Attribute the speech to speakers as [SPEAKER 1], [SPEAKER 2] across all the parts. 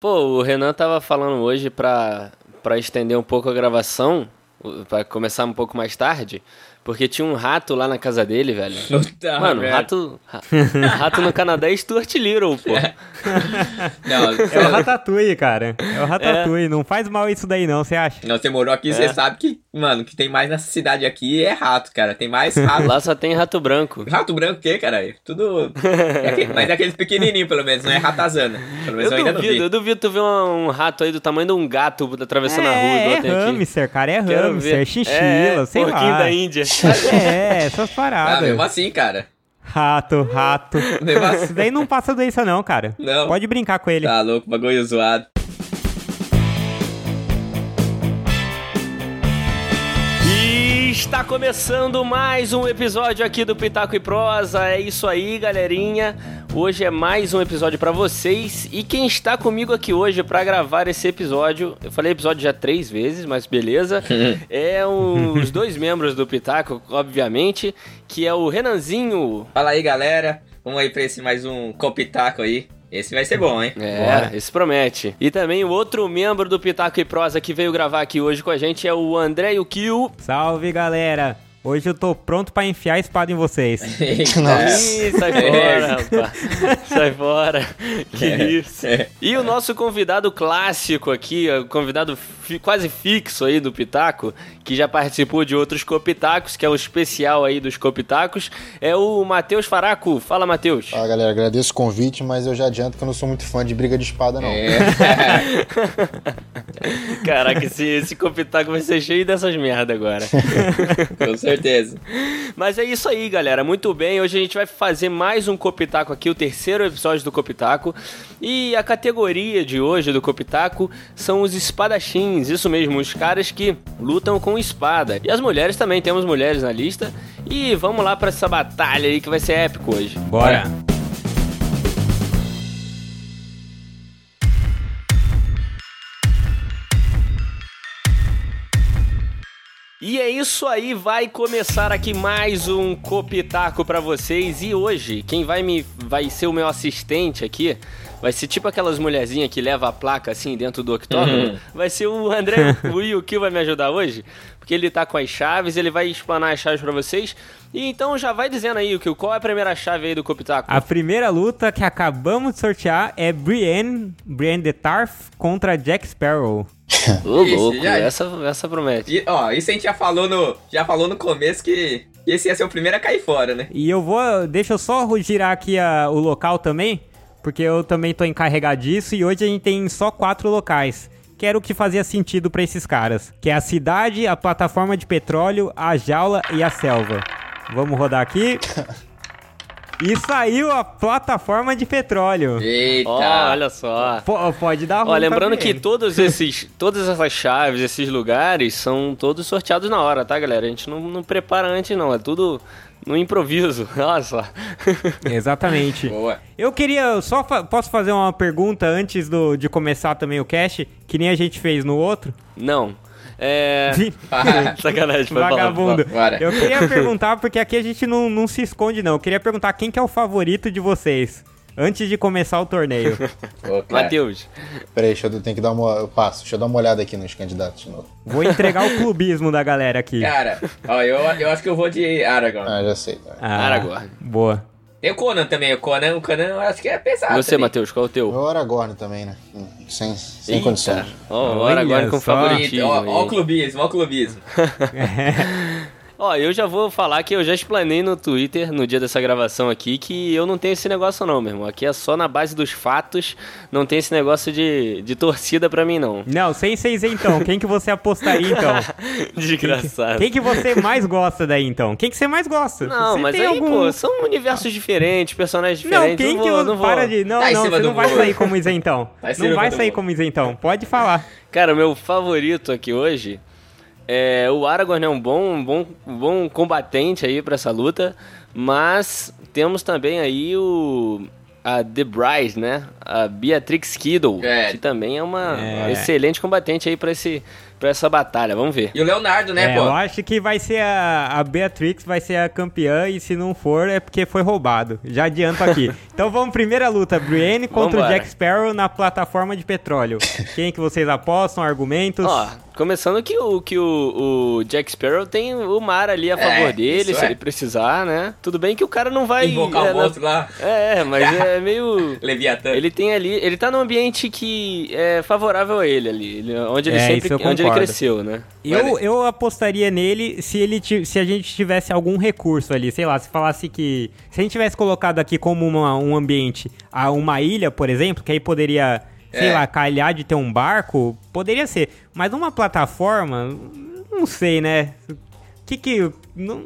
[SPEAKER 1] Pô, o Renan tava falando hoje pra, pra estender um pouco a gravação, pra começar um pouco mais tarde, porque tinha um rato lá na casa dele, velho.
[SPEAKER 2] Puta,
[SPEAKER 1] Mano,
[SPEAKER 2] Ah, velho.
[SPEAKER 1] rato. ra- Rato no Canadá é Stuart Little, pô.
[SPEAKER 2] É. Não,
[SPEAKER 3] É o
[SPEAKER 2] você,
[SPEAKER 3] Ratatouille, cara. É o Ratatouille. Não faz mal isso daí, não, você acha?
[SPEAKER 2] não, você morou aqui, você sabe que, mano, que tem mais nessa cidade aqui é rato, cara. Tem mais rato.
[SPEAKER 1] Lá só tem rato branco.
[SPEAKER 2] Rato branco o quê, caralho? Tudo. É aquele- mas é aqueles pequenininhos, pelo menos, não é ratazana. Pelo menos eu, ainda
[SPEAKER 1] Eu
[SPEAKER 2] não vi.
[SPEAKER 1] duvido, eu duvido tu ver um, um rato aí do tamanho de um gato atravessando a rua igual
[SPEAKER 3] É, é
[SPEAKER 1] tem aqui.
[SPEAKER 3] hamster, cara. É
[SPEAKER 1] Quero
[SPEAKER 3] hamster,
[SPEAKER 1] ver.
[SPEAKER 3] é chinchila,
[SPEAKER 1] É,
[SPEAKER 3] sei
[SPEAKER 1] porquinho
[SPEAKER 3] lá.
[SPEAKER 1] da Índia.
[SPEAKER 3] É, essas
[SPEAKER 2] Ah,
[SPEAKER 3] paradas.
[SPEAKER 2] mesmo assim, cara.
[SPEAKER 3] Rato, rato.
[SPEAKER 2] Mesmo
[SPEAKER 3] Isso
[SPEAKER 2] assim.
[SPEAKER 3] daí não passa doença, não, cara.
[SPEAKER 2] Não.
[SPEAKER 3] Pode brincar com ele.
[SPEAKER 2] Tá louco, bagulho zoado.
[SPEAKER 1] E está começando mais um episódio aqui do Pitaco e Prosa. É isso aí, galerinha. Hoje é mais um episódio pra vocês. E quem está comigo aqui hoje pra gravar esse episódio, eu falei episódio já três vezes, mas beleza. é um- os dois membros do Pitaco, obviamente, que é o Renanzinho.
[SPEAKER 2] Fala aí, galera. Vamos aí pra esse mais um copitaco aí. Esse vai ser bom, hein?
[SPEAKER 1] É,
[SPEAKER 2] Bora.
[SPEAKER 1] esse promete. E também o outro membro do Pitaco e Prosa que veio gravar aqui hoje com a gente é o André Yukio.
[SPEAKER 3] Salve, galera. Hoje eu tô pronto pra enfiar a espada em vocês.
[SPEAKER 2] Eita.
[SPEAKER 1] Ih, sai fora, rapaz. Sai fora. Que isso. E o nosso convidado clássico aqui, o convidado fi- quase fixo aí do Pitaco, que já participou de outros Copitacos, que é o especial aí dos Copitacos, é o Matheus Faraco. Fala, Matheus.
[SPEAKER 4] Ah, galera, agradeço o convite, mas eu já adianto que eu não sou muito fã de briga de espada, não.
[SPEAKER 2] É.
[SPEAKER 1] Caraca, esse, esse Copitaco vai ser cheio dessas merda agora.
[SPEAKER 2] Com certeza.
[SPEAKER 1] Mas é isso aí, galera. Muito bem. Hoje a gente vai fazer mais um Copitaco aqui, o terceiro episódio do Copitaco. E a categoria de hoje do Copitaco são os espadachins, isso mesmo, os caras que lutam com espada. E as mulheres também, temos mulheres na lista. E vamos lá pra essa batalha aí que vai ser épico hoje.
[SPEAKER 3] Bora.
[SPEAKER 1] E é isso aí, vai começar aqui mais um Copitaco pra vocês. E hoje, quem vai me vai ser o meu assistente aqui, vai ser tipo aquelas mulherzinhas que leva a placa assim dentro do octógono, vai ser o André Will que vai me ajudar hoje, porque ele tá com as chaves, ele vai explanar as chaves pra vocês. E então já vai dizendo aí o que qual é a primeira chave aí do Copitaco?
[SPEAKER 3] A primeira luta que acabamos de sortear é Brienne, Brienne de Tarth contra Jack Sparrow.
[SPEAKER 1] Ô,
[SPEAKER 2] Ixi,
[SPEAKER 1] louco,
[SPEAKER 2] já-
[SPEAKER 1] essa essa promete.
[SPEAKER 2] E, ó, isso a gente já falou no, já falou no começo que esse ia ser o primeiro a cair fora, né?
[SPEAKER 3] E eu vou. Deixa eu só girar aqui a- o local também, porque eu também tô encarregado disso. E hoje a gente tem só quatro locais. Que era o que fazia sentido pra esses caras. Que é a cidade, a plataforma de petróleo, a jaula e a selva. Vamos rodar aqui. E saiu a plataforma de petróleo.
[SPEAKER 2] Eita.
[SPEAKER 1] Ó, olha só.
[SPEAKER 3] Po- pode dar
[SPEAKER 1] Ó,
[SPEAKER 3] ruim pra
[SPEAKER 1] lembrando que
[SPEAKER 3] Brienne.
[SPEAKER 1] todos esses, todas essas chaves, esses lugares, são todos sorteados na hora, tá, galera? A gente não, não prepara antes, não. É tudo no improviso. Olha só.
[SPEAKER 3] Exatamente.
[SPEAKER 2] Boa.
[SPEAKER 3] Eu queria só fa- posso fazer uma pergunta antes do- de começar também o cast, que nem a gente fez no outro.
[SPEAKER 1] Não. É. Sacanagem, foi
[SPEAKER 3] Vagabundo.
[SPEAKER 2] Bora.
[SPEAKER 3] Eu queria perguntar porque aqui a gente não, não se esconde não. Eu queria perguntar quem que é o favorito de vocês antes de começar o torneio.
[SPEAKER 2] Ô, cara.
[SPEAKER 1] Matheus.
[SPEAKER 4] Peraí, deixa eu, eu tenho que dar uma. Eu passo, deixa eu dar uma olhada aqui nos candidatos de novo.
[SPEAKER 3] Vou entregar o clubismo da galera aqui.
[SPEAKER 2] Cara, ó, eu, eu acho que eu vou de Aragorn.
[SPEAKER 4] Ah, já sei. Tá.
[SPEAKER 3] Ah,
[SPEAKER 1] Aragorn.
[SPEAKER 3] Boa.
[SPEAKER 2] Tem o Conan também, o Conan, o Conan eu acho que é pesado.
[SPEAKER 1] Você,
[SPEAKER 2] também.
[SPEAKER 1] Matheus, qual é o teu?
[SPEAKER 4] Eu era Aragorn também, né? Hum, Sem, sem
[SPEAKER 1] Eita.
[SPEAKER 4] condições.
[SPEAKER 1] Ó,
[SPEAKER 3] Olha
[SPEAKER 1] agora agora com
[SPEAKER 3] só.
[SPEAKER 2] Eita,
[SPEAKER 1] favoritismo.
[SPEAKER 2] Ó, ó o
[SPEAKER 1] hein?
[SPEAKER 2] clubismo, ó o clubismo.
[SPEAKER 1] Ó, eu já vou falar que eu já explanei no Twitter, no dia dessa gravação aqui, que eu não tenho esse negócio não, meu irmão. Aqui é só na base dos fatos, não tem esse negócio de, de torcida pra mim, não.
[SPEAKER 3] Não, sem seis então. Quem que você apostaria então?
[SPEAKER 1] Desgraçado.
[SPEAKER 3] Quem que você mais gosta daí então? Quem que você mais gosta?
[SPEAKER 1] Não,
[SPEAKER 3] você
[SPEAKER 1] mas
[SPEAKER 3] tem
[SPEAKER 1] aí,
[SPEAKER 3] algum
[SPEAKER 1] pô, são universos diferentes, personagens
[SPEAKER 3] Não,
[SPEAKER 1] diferentes.
[SPEAKER 3] quem
[SPEAKER 1] não
[SPEAKER 3] que
[SPEAKER 1] vou,
[SPEAKER 3] eu
[SPEAKER 1] não vou.
[SPEAKER 3] para de. Não,
[SPEAKER 2] Tá em
[SPEAKER 3] não,
[SPEAKER 2] cima
[SPEAKER 3] você
[SPEAKER 2] do
[SPEAKER 3] não vai
[SPEAKER 2] muro.
[SPEAKER 3] sair como isentão.
[SPEAKER 2] Tá em cima
[SPEAKER 3] não vai
[SPEAKER 2] do
[SPEAKER 3] sair
[SPEAKER 2] muro.
[SPEAKER 3] como isentão. Pode falar.
[SPEAKER 1] Cara, o meu favorito aqui hoje é o Aragorn é um bom, um bom, um bom combatente aí pra essa luta, mas temos também aí o a The Bride, né? A Beatrix Kiddo,
[SPEAKER 2] É.
[SPEAKER 1] que também é uma
[SPEAKER 3] É.
[SPEAKER 1] excelente combatente aí pra esse pra essa batalha. Vamos ver.
[SPEAKER 2] E o Leonardo, né,
[SPEAKER 3] É,
[SPEAKER 2] pô?
[SPEAKER 3] eu acho que vai ser a, a Beatrix, vai ser a campeã, e se não for, é porque foi roubado. Já adianto aqui. então vamos, primeira luta, Brienne contra
[SPEAKER 1] Vambora.
[SPEAKER 3] o Jack Sparrow na plataforma de petróleo. Quem que vocês apostam, argumentos?
[SPEAKER 1] Ó, começando que, o, que o, o Jack Sparrow tem o mar ali a favor dele,
[SPEAKER 2] isso
[SPEAKER 1] se
[SPEAKER 2] é.
[SPEAKER 1] ele precisar, né? Tudo bem que o cara não vai.
[SPEAKER 2] Invocar
[SPEAKER 3] né?
[SPEAKER 1] é,
[SPEAKER 2] o outro lá,
[SPEAKER 1] É, é, mas é meio.
[SPEAKER 2] Leviatã.
[SPEAKER 1] Ele tem ali. Ele tá num ambiente que é favorável a ele ali. ele- onde ele
[SPEAKER 3] É, isso
[SPEAKER 1] sempre.
[SPEAKER 3] eu
[SPEAKER 1] Onde ele
[SPEAKER 3] concordo.
[SPEAKER 1] cresceu, né?
[SPEAKER 3] Eu, eu apostaria nele se, ele ti- se a gente tivesse algum recurso ali, sei lá, se falasse que. Se a gente tivesse colocado aqui como uma- um ambiente a uma ilha, por exemplo, que aí poderia, sei
[SPEAKER 2] É.
[SPEAKER 3] lá, calhar de ter um barco, poderia ser. Mas uma plataforma, não sei, né? Que que. Não,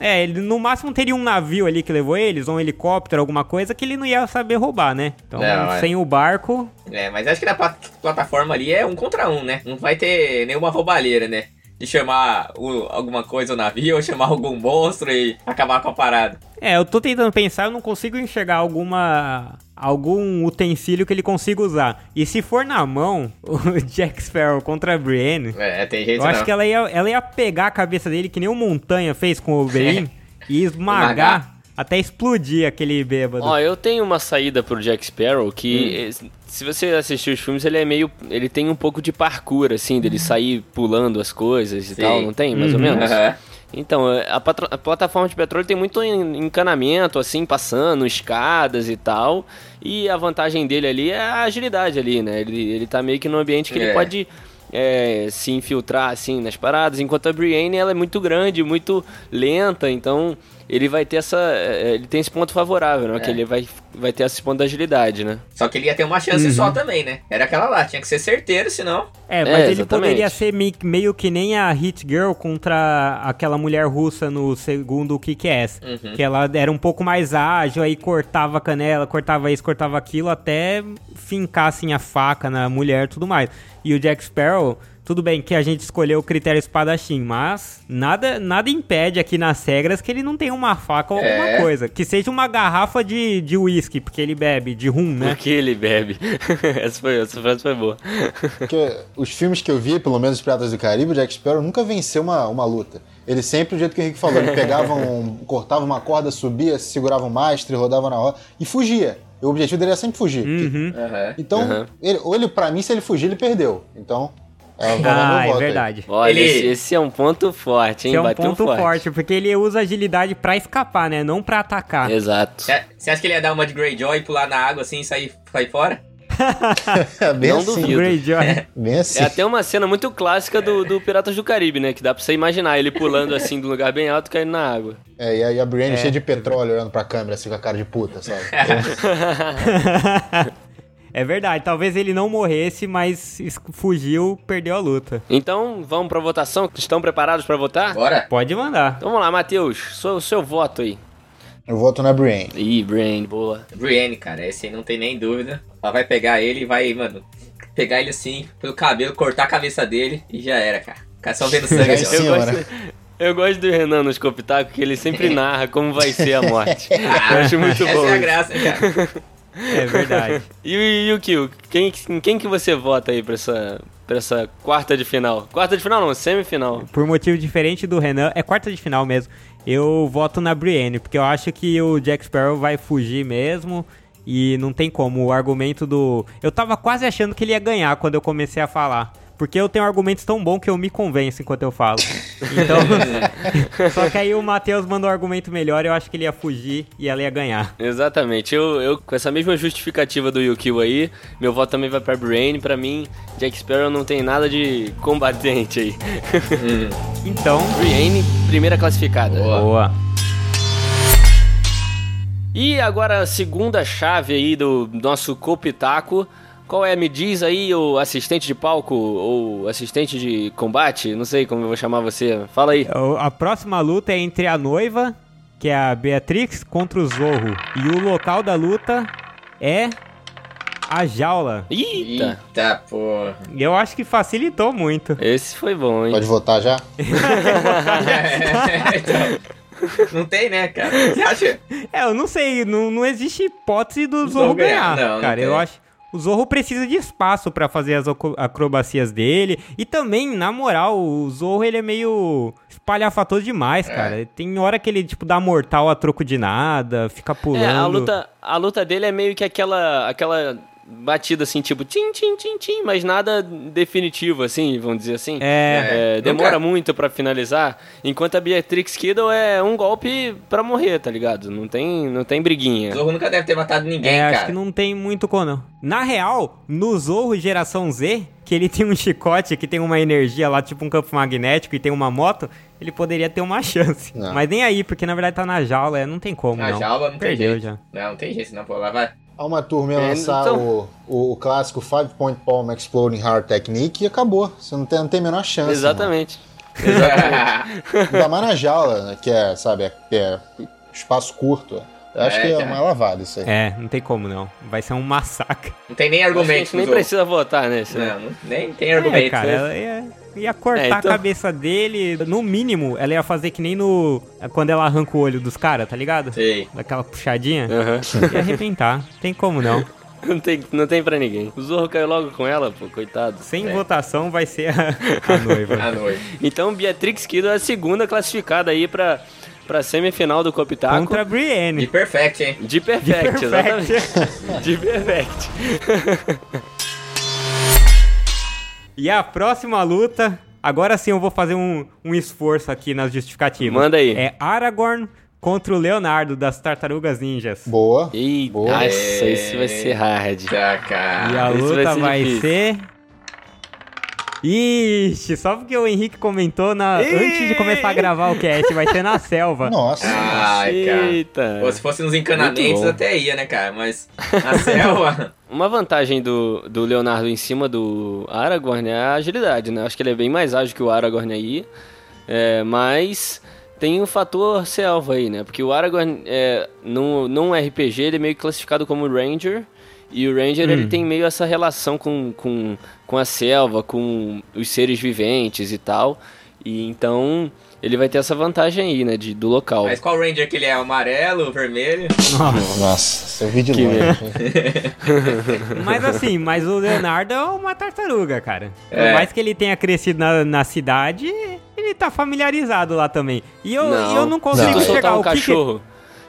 [SPEAKER 3] é, ele no máximo teria um navio ali que levou eles, ou um helicóptero, alguma coisa, que ele não ia saber roubar, né? Então,
[SPEAKER 2] Não, é.
[SPEAKER 3] sem o barco,
[SPEAKER 2] É, mas acho que na plat- plataforma ali é um contra um, né? Não vai ter nenhuma roubalheira, né? De chamar o- alguma coisa o navio, ou chamar algum monstro e acabar com a parada.
[SPEAKER 3] É, eu tô tentando pensar, eu não consigo enxergar alguma algum utensílio que ele consiga usar. E se for na mão, o Jack Sparrow contra a Brienne,
[SPEAKER 2] É, tem
[SPEAKER 3] eu
[SPEAKER 2] jeito
[SPEAKER 3] acho
[SPEAKER 2] não.
[SPEAKER 3] que ela ia, ela ia pegar a cabeça dele que nem o Montanha fez com o Oberyn e esmagar,
[SPEAKER 2] Esmagar.
[SPEAKER 3] até explodir aquele bêbado.
[SPEAKER 1] Ó, eu tenho uma saída pro Jack Sparrow que, eh, se você assistir os filmes, ele é meio. Ele tem um pouco de parkour, assim, dele sair pulando as coisas e
[SPEAKER 2] Sim. É.
[SPEAKER 1] tal, não tem? Mais ou
[SPEAKER 3] Uhum.
[SPEAKER 1] menos?
[SPEAKER 2] Aham.
[SPEAKER 1] Então, eh, a, patro- a plataforma de petróleo tem muito en- encanamento, assim, passando, escadas e tal. E a vantagem dele ali é a agilidade ali, né? Ele, ele tá meio que num ambiente que
[SPEAKER 2] É.
[SPEAKER 1] ele pode eh, se infiltrar, assim, nas paradas. Enquanto a Brienne, ela é muito grande, muito lenta, então... Ele vai ter essa. eh, Ele tem esse ponto favorável, né? Que ele vai, vai ter esse ponto da agilidade, né?
[SPEAKER 2] Só que ele ia ter uma chance só
[SPEAKER 3] Uhum.
[SPEAKER 2] também, né? Era aquela lá, tinha que ser certeiro, senão.
[SPEAKER 3] É, mas
[SPEAKER 1] É,
[SPEAKER 3] ele
[SPEAKER 1] exatamente.
[SPEAKER 3] poderia ser me- meio que nem a Hit Girl contra aquela mulher russa no segundo Kick Ass. Que ela era um pouco mais ágil, aí cortava a canela, cortava isso, cortava aquilo, até fincar assim a faca na mulher e tudo mais. E o Jack Sparrow, tudo bem que a gente escolheu o critério espadachim, mas nada, nada impede aqui nas regras que ele não tenha uma faca ou alguma
[SPEAKER 2] É.
[SPEAKER 3] coisa. Que seja uma garrafa de de uísque, porque ele bebe, de rum, né?
[SPEAKER 1] Porque ele bebe. essa, foi, essa frase foi boa.
[SPEAKER 4] Porque os filmes que eu vi, pelo menos os Piratas do Caribe, o Jack Sparrow nunca venceu uma, uma luta. Ele sempre, do jeito que o Henrique falou, ele pegava um, cortava uma corda, subia, segurava um mastro, rodava na roda e fugia. O objetivo dele era sempre fugir.
[SPEAKER 3] Uhum.
[SPEAKER 2] Aham.
[SPEAKER 4] Então,
[SPEAKER 1] Uhum.
[SPEAKER 4] ele, ou ele, pra mim, se ele fugir, ele perdeu. Então, é, eu vou dar meu
[SPEAKER 3] Ah, é
[SPEAKER 4] voto aí.
[SPEAKER 3] verdade.
[SPEAKER 1] Olha,
[SPEAKER 2] Ele-
[SPEAKER 1] esse, esse é um ponto forte, hein?
[SPEAKER 3] Esse é um
[SPEAKER 1] Bateu
[SPEAKER 3] ponto forte.
[SPEAKER 1] forte.
[SPEAKER 3] porque ele usa agilidade pra escapar, né? Não pra atacar.
[SPEAKER 1] Exato.
[SPEAKER 2] Você você acha que ele ia dar uma de Greyjoy, pular na água assim e sair, sair fora?
[SPEAKER 4] É, bem
[SPEAKER 1] Não
[SPEAKER 4] assim,
[SPEAKER 1] duvido.
[SPEAKER 3] Greyjoy.
[SPEAKER 4] bem assim.
[SPEAKER 1] É até uma cena muito clássica do, do Piratas do Caribe, né? Que dá pra você imaginar ele pulando assim de um lugar bem alto e caindo na água.
[SPEAKER 4] É, e aí a Brienne cheia de petróleo olhando pra câmera, assim, com a cara de puta, sabe?
[SPEAKER 3] é verdade, talvez ele não morresse, mas es- fugiu, perdeu a luta.
[SPEAKER 1] Então, vamos pra votação? Estão preparados pra votar?
[SPEAKER 2] Bora?
[SPEAKER 3] Pode mandar.
[SPEAKER 1] Então vamos lá, Matheus, seu, seu voto aí.
[SPEAKER 4] Eu voto na Brienne.
[SPEAKER 1] Ih, Brain, boa.
[SPEAKER 2] Brienne, cara, esse aí não tem nem dúvida. Ela vai pegar ele e vai, mano, pegar ele assim, pelo cabelo, cortar a cabeça dele e já era, cara. Ficar só vendo sangue.
[SPEAKER 4] Jogar em
[SPEAKER 2] assim, ó.
[SPEAKER 4] cima,
[SPEAKER 1] gosto-
[SPEAKER 4] né?
[SPEAKER 1] Eu gosto do Renan nos Copitaco, que ele sempre narra como vai ser a morte. Eu acho muito
[SPEAKER 2] Essa
[SPEAKER 1] bom.
[SPEAKER 2] é a
[SPEAKER 1] isso.
[SPEAKER 2] graça, cara.
[SPEAKER 3] É verdade.
[SPEAKER 1] E o Yukio, quem, em quem que você vota aí pra essa, pra essa quarta de final? Quarta de final não, semifinal.
[SPEAKER 3] Por motivo diferente do Renan, é quarta de final mesmo. Eu voto na Brienne, porque eu acho que o Jack Sparrow vai fugir mesmo. E não tem como. O argumento do. Eu tava quase achando que ele ia ganhar quando eu comecei a falar. Porque eu tenho argumentos tão bons que eu me convenço enquanto eu falo. Então. Só que aí o Matheus mandou um argumento melhor, eu acho que ele ia fugir e ela ia ganhar.
[SPEAKER 1] Exatamente. Eu, eu, com essa mesma justificativa do Yukio aí, meu voto também vai pra Brain. Pra mim, Jack Sparrow não tem nada de combatente aí.
[SPEAKER 3] Então.
[SPEAKER 1] Brienne, primeira classificada.
[SPEAKER 3] Boa.
[SPEAKER 1] E agora a segunda chave aí do nosso Copitaco. Qual é? Me diz aí, o assistente de palco ou assistente de combate, não sei como eu vou chamar você. Fala aí.
[SPEAKER 3] É O- A próxima luta é entre a noiva, que é a Beatrix, contra o Zorro. E o local da luta é a jaula.
[SPEAKER 1] Eita!
[SPEAKER 2] Eita, porra.
[SPEAKER 3] Eu acho que facilitou muito.
[SPEAKER 1] Esse foi bom, hein?
[SPEAKER 4] Pode votar já?
[SPEAKER 2] Então, não tem, né, cara? Você acha?
[SPEAKER 3] É, eu não sei, não, não existe hipótese do
[SPEAKER 2] Zorro
[SPEAKER 3] Zorro ganhar.
[SPEAKER 2] ganhar, não, não
[SPEAKER 3] cara, eu
[SPEAKER 2] tem.
[SPEAKER 3] acho. O Zorro precisa de espaço pra fazer as acro- acrobacias dele. E também, na moral, o Zorro ele é meio espalhafatoso demais,
[SPEAKER 2] É.
[SPEAKER 3] cara. Tem hora que ele, tipo, dá mortal a troco de nada, fica pulando.
[SPEAKER 1] É, a luta, a luta dele é meio que aquela, aquela batida assim, tipo, tim, tim, tim, tim, mas nada definitivo, assim, vamos dizer assim.
[SPEAKER 3] É.
[SPEAKER 1] É, demora
[SPEAKER 2] Nunca-
[SPEAKER 1] muito pra finalizar, enquanto a Beatrix Kiddo é um golpe pra morrer, tá ligado? Não tem, não tem briguinha.
[SPEAKER 2] Zorro nunca deve ter matado ninguém,
[SPEAKER 3] É,
[SPEAKER 2] cara.
[SPEAKER 3] acho que não tem muito como não. Na real, no Zorro Geração Z, que ele tem um chicote que tem uma energia lá, tipo um campo magnético e tem uma moto, ele poderia ter uma chance.
[SPEAKER 4] Não.
[SPEAKER 3] Mas nem aí, porque na verdade tá na jaula, é, não tem como
[SPEAKER 2] Ah. Na
[SPEAKER 3] não.
[SPEAKER 2] jaula não tem
[SPEAKER 3] Perdeu
[SPEAKER 2] jeito.
[SPEAKER 3] já.
[SPEAKER 2] Não, não tem jeito, não, pô. Lá vai.
[SPEAKER 4] Há uma turma ia
[SPEAKER 1] É,
[SPEAKER 4] lançar
[SPEAKER 1] então-
[SPEAKER 4] o, o clássico Five Point Palm Exploding Hard Technique e acabou. Você não tem, não tem a menor chance.
[SPEAKER 1] Exatamente.
[SPEAKER 4] mano. Ainda mais na jaula, né, que é, sabe, é, que é espaço curto. Eu acho
[SPEAKER 2] É,
[SPEAKER 4] que é
[SPEAKER 2] cara.
[SPEAKER 4] uma lavada isso aí.
[SPEAKER 3] É, não tem como não. Vai ser um massacre.
[SPEAKER 2] não tem nem
[SPEAKER 1] Acho que a
[SPEAKER 2] argumento
[SPEAKER 1] gente
[SPEAKER 2] pro
[SPEAKER 1] nem
[SPEAKER 2] Zorro.
[SPEAKER 1] precisa votar nesse. né?
[SPEAKER 2] Não, não- nem tem
[SPEAKER 3] É,
[SPEAKER 2] argumento.
[SPEAKER 3] cara,
[SPEAKER 2] né?
[SPEAKER 3] ela ia, ia cortar
[SPEAKER 1] É, então-
[SPEAKER 3] a cabeça dele. No mínimo, ela ia fazer que nem no. Quando ela arranca o olho dos caras, tá ligado?
[SPEAKER 2] Sei.
[SPEAKER 3] Daquela puxadinha.
[SPEAKER 2] É.
[SPEAKER 1] Aham.
[SPEAKER 3] Ia arrebentar. Não tem como não.
[SPEAKER 1] Não tem, não tem pra ninguém. O Zorro caiu logo com ela, pô, coitado.
[SPEAKER 3] Sem
[SPEAKER 2] É.
[SPEAKER 3] votação vai ser a, a noiva.
[SPEAKER 2] À noite.
[SPEAKER 1] Então, Beatrix Kiddo é a segunda classificada aí pra, pra semifinal do Copitaco.
[SPEAKER 3] Contra a
[SPEAKER 2] De
[SPEAKER 3] Brienne.
[SPEAKER 2] perfect, hein?
[SPEAKER 1] De perfect,
[SPEAKER 3] De perfect.
[SPEAKER 1] exatamente. De perfect.
[SPEAKER 3] E a próxima luta. Agora sim eu vou fazer um, um esforço aqui nas justificativas.
[SPEAKER 1] Manda aí.
[SPEAKER 3] É Aragorn contra o Leonardo das Tartarugas Ninjas.
[SPEAKER 4] Boa.
[SPEAKER 1] Eita,
[SPEAKER 4] Boa.
[SPEAKER 1] nossa, isso vai ser hard.
[SPEAKER 2] Tá,
[SPEAKER 3] e
[SPEAKER 2] cara.
[SPEAKER 3] a
[SPEAKER 1] Ah, esse vai
[SPEAKER 3] luta
[SPEAKER 1] ser
[SPEAKER 3] vai
[SPEAKER 1] difícil.
[SPEAKER 3] ser. Ixi, só porque o Henrique comentou na...
[SPEAKER 1] Ih!
[SPEAKER 3] antes de começar a gravar o cast, vai ser na selva.
[SPEAKER 4] Nossa.
[SPEAKER 2] Ah. Ai, cara.
[SPEAKER 1] Eita.
[SPEAKER 2] Pô, se fosse nos
[SPEAKER 1] Muito
[SPEAKER 2] encanamentos
[SPEAKER 1] bom.
[SPEAKER 2] até ia, né, cara? Mas na selva.
[SPEAKER 1] Uma vantagem do, do Leonardo em cima do Aragorn é a agilidade, né? Acho que ele é bem mais ágil que o Aragorn aí. É, mas tem o fator selva aí, né? Porque o Aragorn, é, num, num RPG, ele é meio que classificado como Ranger. E o Ranger, ele tem meio essa relação com, com, com a selva, com os seres viventes e tal. E então, ele vai ter essa vantagem aí, né? De, do local.
[SPEAKER 2] Mas qual Ranger que ele é? Amarelo, vermelho?
[SPEAKER 3] Nossa.
[SPEAKER 4] Nossa, seu vídeo longe. hein?
[SPEAKER 3] Mas assim, mas o Leonardo é uma tartaruga, cara.
[SPEAKER 2] É.
[SPEAKER 3] Por mais que ele tenha crescido na, na cidade, ele tá familiarizado lá também. E eu não, eu não
[SPEAKER 1] Se
[SPEAKER 3] consigo
[SPEAKER 1] tu
[SPEAKER 4] Não.
[SPEAKER 3] chegar
[SPEAKER 1] soltar um
[SPEAKER 3] ao que que-
[SPEAKER 1] cachorro...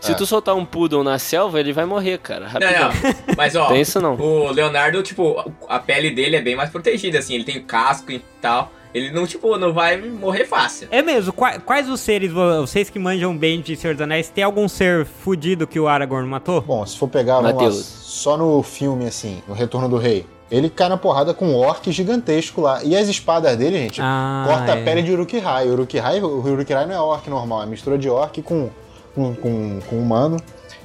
[SPEAKER 1] Se
[SPEAKER 4] É.
[SPEAKER 1] tu soltar um poodle na selva, ele vai morrer, cara.
[SPEAKER 2] Não,
[SPEAKER 1] Rapidão.
[SPEAKER 2] não. Mas ó,
[SPEAKER 1] Tem isso não.
[SPEAKER 2] o Leonardo, tipo, a pele dele é bem mais protegida, assim. Ele tem o casco e tal. Ele não, tipo, não vai morrer fácil.
[SPEAKER 3] É mesmo, qua- quais os seres, vo- vocês que manjam bem de Senhor dos Anéis, tem algum ser fudido que o Aragorn matou?
[SPEAKER 4] Bom, se for pegar, vamos lá,
[SPEAKER 1] Mateus.
[SPEAKER 4] só no filme, assim, no Retorno do Rei, ele cai na porrada com um orc gigantesco lá. E as espadas dele, gente,
[SPEAKER 3] Ah,
[SPEAKER 4] corta
[SPEAKER 3] é.
[SPEAKER 4] a pele de Uruk-hai. Uruk-hai o Uruk-hai não é orc normal, é mistura de orc com, com, com, com humano.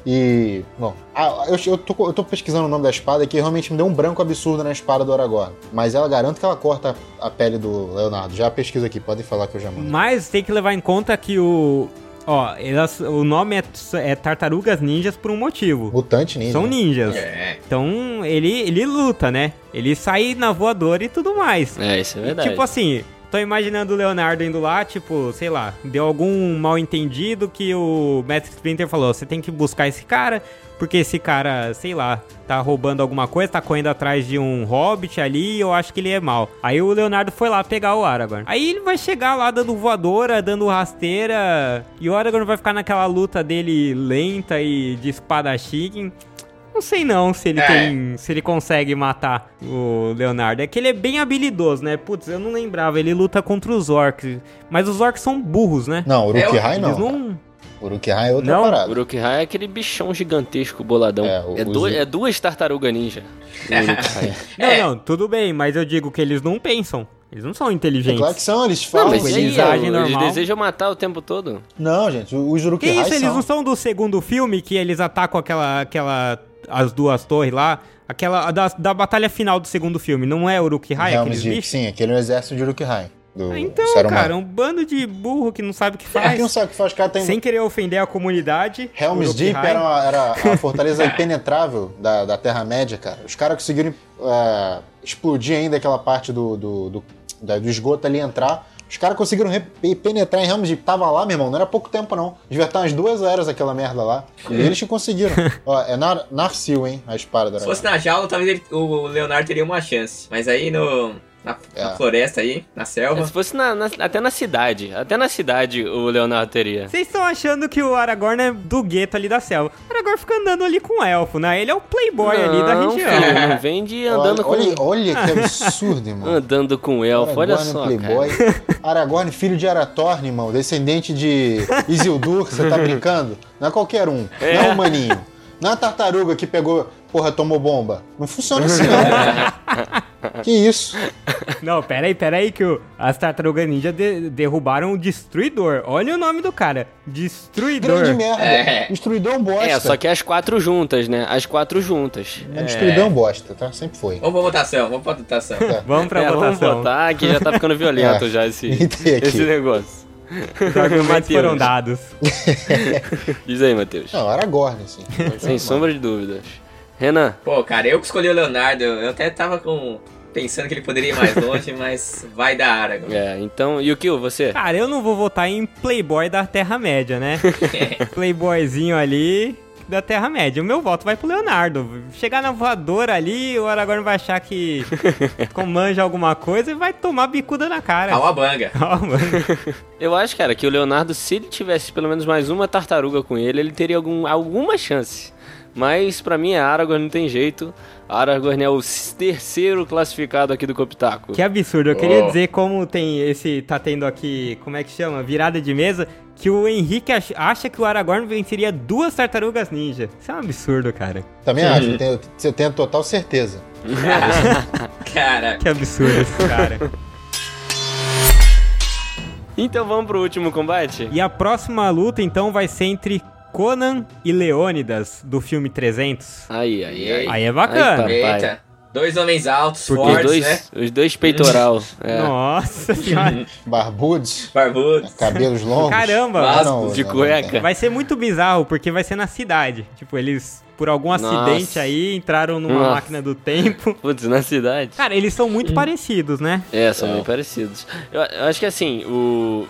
[SPEAKER 4] E. Bom, ah, eu, eu tô, eu tô pesquisando o nome da espada que realmente me deu um branco absurdo na espada do Aragorn. Mas ela garanto que ela corta a pele do Leonardo. Já pesquisa aqui, podem falar que eu já mando.
[SPEAKER 3] Mas tem que levar em conta que o. Ó, elas- o nome é, é Tartarugas Ninjas por um motivo.
[SPEAKER 4] Mutante ninja.
[SPEAKER 3] São ninjas.
[SPEAKER 2] É.
[SPEAKER 3] Então ele, ele luta, né? Ele sai na voadora e tudo mais.
[SPEAKER 1] É, isso é verdade.
[SPEAKER 3] Tipo assim, tô imaginando o Leonardo indo lá, tipo, sei lá, deu algum mal entendido que o Mestre Splinter falou: você tem que buscar esse cara, porque esse cara, sei lá, tá roubando alguma coisa, tá correndo atrás de um hobbit ali e eu acho que ele é mal. Aí o Leonardo foi lá pegar o Aragorn. Aí ele vai chegar lá dando voadora, dando rasteira, e o Aragorn vai ficar naquela luta dele lenta e de espadachim. Não sei não se ele
[SPEAKER 2] É.
[SPEAKER 3] tem. se ele consegue matar o Leonardo. É que ele é bem habilidoso, né? Putz, eu não lembrava, ele luta contra os orcs. Mas os orcs são burros, né?
[SPEAKER 4] Não, Uruk-hai
[SPEAKER 3] Eles
[SPEAKER 4] não.
[SPEAKER 3] não.
[SPEAKER 4] Uruk-hai é outra
[SPEAKER 3] Não?
[SPEAKER 1] O
[SPEAKER 4] parada.
[SPEAKER 1] Uruk-hai é aquele bichão gigantesco boladão.
[SPEAKER 4] É,
[SPEAKER 1] É,
[SPEAKER 4] o-
[SPEAKER 1] du-
[SPEAKER 4] os- É.
[SPEAKER 1] é duas tartarugas ninja. o Uruk-hai.
[SPEAKER 3] Não, não, tudo bem, mas eu digo que eles não pensam. Eles não são
[SPEAKER 4] É
[SPEAKER 3] inteligentes.
[SPEAKER 4] claro que são, eles
[SPEAKER 1] Não,
[SPEAKER 4] falam
[SPEAKER 1] mas
[SPEAKER 4] com
[SPEAKER 1] e
[SPEAKER 4] eles.
[SPEAKER 1] aí,
[SPEAKER 3] Eles agem
[SPEAKER 1] eles
[SPEAKER 3] normal.
[SPEAKER 1] desejam matar o tempo todo.
[SPEAKER 4] Não, gente, os
[SPEAKER 3] Que
[SPEAKER 4] Uruk-hai
[SPEAKER 3] isso, eles
[SPEAKER 4] são...
[SPEAKER 3] não são do segundo filme que eles atacam aquela. aquela. as duas torres lá? Aquela. a Da, da batalha final do segundo filme, não é Uruk-hai,
[SPEAKER 4] Realms
[SPEAKER 3] aqueles
[SPEAKER 4] de-
[SPEAKER 3] bichos?
[SPEAKER 4] Sim, aquele é o exército de Uruk-hai. do
[SPEAKER 3] Ah, Então,
[SPEAKER 4] Saruman. É,
[SPEAKER 3] cara, um bando de burro que não sabe o que
[SPEAKER 4] Pra quem não
[SPEAKER 3] faz.
[SPEAKER 4] sabe o que faz, cara, tem...
[SPEAKER 3] Sem querer ofender a comunidade.
[SPEAKER 4] Helm's
[SPEAKER 3] Uruk-hai.
[SPEAKER 4] Deep era, uma- era a fortaleza impenetrável da, da Terra-média, cara. Os caras conseguiram é, explodir ainda aquela parte do, do, do- da- do esgoto ali, entrar, Os caras conseguiram re- penetrar em ramos de. Tava lá, meu irmão, não era pouco tempo, não. Devia estar umas duas eras aquela merda lá. E eles que conseguiram. Ó, é nar Narcil, hein? A espada da
[SPEAKER 2] Se fosse na jaula, talvez ele- o Leonardo teria uma chance. Mas aí no. Na, na
[SPEAKER 4] É.
[SPEAKER 2] floresta aí, na
[SPEAKER 1] É,
[SPEAKER 2] selva.
[SPEAKER 1] Se fosse na- na- até na cidade. Até na cidade o Leonardo teria.
[SPEAKER 3] Vocês estão achando que o Aragorn é do gueto ali da selva. O Aragorn fica andando ali com o elfo, né? Ele é o playboy ali da
[SPEAKER 1] Não,
[SPEAKER 3] região.
[SPEAKER 1] filho, não vem de andando
[SPEAKER 4] Olha, olha,
[SPEAKER 1] com.
[SPEAKER 4] olha que absurdo, irmão.
[SPEAKER 1] Andando com elfo, olha
[SPEAKER 4] Aragorn, é
[SPEAKER 1] só.
[SPEAKER 4] Playboy.
[SPEAKER 1] Cara.
[SPEAKER 4] Aragorn, filho de Aratorn, irmão. Descendente de Isildur, você tá brincando? Não é qualquer um. Não é um maninho. Não é a tartaruga que pegou, porra, tomou bomba. Não funciona assim, não. que isso?
[SPEAKER 3] Não, peraí, peraí, que o, as tartarugas ninja de- derrubaram o Destruidor. Olha o nome do cara. Destruidor.
[SPEAKER 4] Grande merda.
[SPEAKER 2] É.
[SPEAKER 4] Destruidor é um bosta.
[SPEAKER 1] É, só que as quatro juntas, né? As quatro juntas.
[SPEAKER 4] É destruidor é um bosta, tá? Sempre foi.
[SPEAKER 2] Vamos pra votação, vamos pra votação.
[SPEAKER 3] Vamos pra
[SPEAKER 1] é, vamos
[SPEAKER 3] votação.
[SPEAKER 1] votar que já tá ficando violento
[SPEAKER 4] É.
[SPEAKER 1] já esse,
[SPEAKER 4] Entrei aqui.
[SPEAKER 1] esse negócio.
[SPEAKER 3] Os argumentos
[SPEAKER 1] Mateus.
[SPEAKER 3] foram dados.
[SPEAKER 1] Diz aí, Matheus.
[SPEAKER 4] Não, Aragorn, assim.
[SPEAKER 1] Sem sombra de dúvidas. Renan,
[SPEAKER 2] Pô, cara, eu que escolhi o Leonardo. Eu até tava com. pensando que ele poderia ir mais longe, mas vai dar Aragorn.
[SPEAKER 1] é, então, e o que você?
[SPEAKER 3] Cara, eu não vou votar em playboy da Terra-média, né? Playboyzinho ali da Terra-média. O meu voto vai pro Leonardo. Chegar na voadora ali, o Aragorn vai achar que comanja alguma coisa e vai tomar bicuda na
[SPEAKER 2] Ah,
[SPEAKER 3] cara.
[SPEAKER 2] Calabanga.
[SPEAKER 3] Calma.
[SPEAKER 1] Eu acho, cara, que o Leonardo, se ele tivesse pelo menos mais uma tartaruga com ele, ele teria algum, alguma chance. Mas pra mim é Aragorn, não tem jeito. Aragorn é o s- terceiro classificado aqui do Copitaco.
[SPEAKER 3] Que absurdo. Eu queria
[SPEAKER 2] Oh.
[SPEAKER 3] dizer como tem esse. Tá tendo aqui. Como é que chama? Virada de mesa. Que o Henrique ach- acha que o Aragorn venceria duas tartarugas ninja. Isso é um absurdo, cara.
[SPEAKER 4] Também acho, eu tenho, eu tenho total certeza.
[SPEAKER 2] Cara,
[SPEAKER 3] Que absurdo esse cara.
[SPEAKER 1] Então vamos pro último combate?
[SPEAKER 3] E a próxima luta, então, vai ser entre Conan e Leônidas, do filme 300.
[SPEAKER 1] Aí, aí, aí.
[SPEAKER 3] Aí é bacana.
[SPEAKER 1] Aí tá, pai.
[SPEAKER 2] eita. Dois homens altos,
[SPEAKER 1] Os
[SPEAKER 2] fortes,
[SPEAKER 1] dois,
[SPEAKER 2] né?
[SPEAKER 1] os dois peitoral. é.
[SPEAKER 3] Nossa senhora.
[SPEAKER 4] Barbudos,
[SPEAKER 2] Barbudos.
[SPEAKER 4] cabelos longos.
[SPEAKER 3] Caramba.
[SPEAKER 4] Ah,
[SPEAKER 1] De cueca.
[SPEAKER 3] Vai ser muito bizarro, porque vai ser na cidade. Tipo, eles, por algum
[SPEAKER 1] Nossa.
[SPEAKER 3] acidente aí, entraram numa
[SPEAKER 1] Nossa.
[SPEAKER 3] máquina do tempo.
[SPEAKER 1] Putz, na cidade.
[SPEAKER 3] Cara, eles são
[SPEAKER 2] Hum.
[SPEAKER 3] muito parecidos, né?
[SPEAKER 1] É, são bem parecidos. Eu, eu acho que assim, o,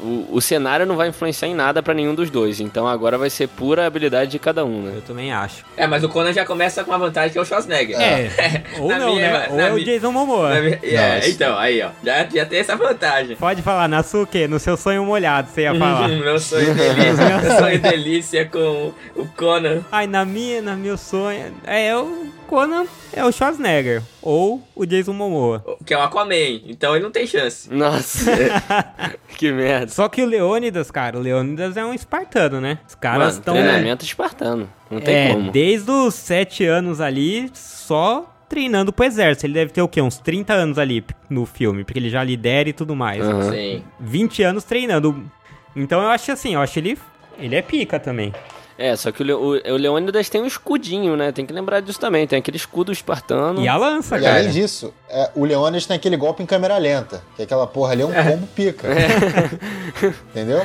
[SPEAKER 1] o, o cenário não vai influenciar em nada pra nenhum dos dois. Então agora vai ser pura habilidade de cada um, né?
[SPEAKER 3] Eu também acho.
[SPEAKER 2] É, mas o Conan já começa com a vantagem que é o Schwarzenegger.
[SPEAKER 3] É. Ou
[SPEAKER 2] Na
[SPEAKER 3] não,
[SPEAKER 2] minha-
[SPEAKER 3] né? Ou
[SPEAKER 2] na
[SPEAKER 3] é o
[SPEAKER 2] minha-
[SPEAKER 3] Jason Momoa.
[SPEAKER 2] Na minha- é,
[SPEAKER 4] Nossa.
[SPEAKER 2] então, aí, ó. Já, já tem essa vantagem.
[SPEAKER 3] Pode falar, Nasu, o quê? No seu sonho molhado, você ia falar.
[SPEAKER 2] Meu sonho delícia, meu sonho delícia com o Conan.
[SPEAKER 3] Ai, na minha, na meu sonho. É o Conan, é o Schwarzenegger. Ou o Jason Momoa.
[SPEAKER 2] Que é o Aquaman, então ele não tem chance.
[SPEAKER 1] Nossa, que merda.
[SPEAKER 3] Só que o Leônidas, cara, o Leônidas é um espartano, né? Os caras
[SPEAKER 1] Mano,
[SPEAKER 3] estão.
[SPEAKER 1] treinamento espartano. Não tem
[SPEAKER 3] É,
[SPEAKER 1] como.
[SPEAKER 3] desde os 7 anos ali, só treinando pro exército. Ele deve ter o quê? Uns 30 anos ali p- no filme, porque ele já lidera e tudo mais.
[SPEAKER 1] Aham.
[SPEAKER 2] Sim.
[SPEAKER 3] 20 anos treinando. Então eu acho assim, eu acho ele. Ele é pica também.
[SPEAKER 1] É, só que o, Le- o, o Leônidas tem um escudinho, né? Tem que lembrar disso também. Tem aquele escudo espartano.
[SPEAKER 3] E a lança,
[SPEAKER 4] E além
[SPEAKER 3] cara.
[SPEAKER 4] disso, é, o Leones tem aquele golpe em câmera lenta, que aquela porra ali é um combo pica. Entendeu?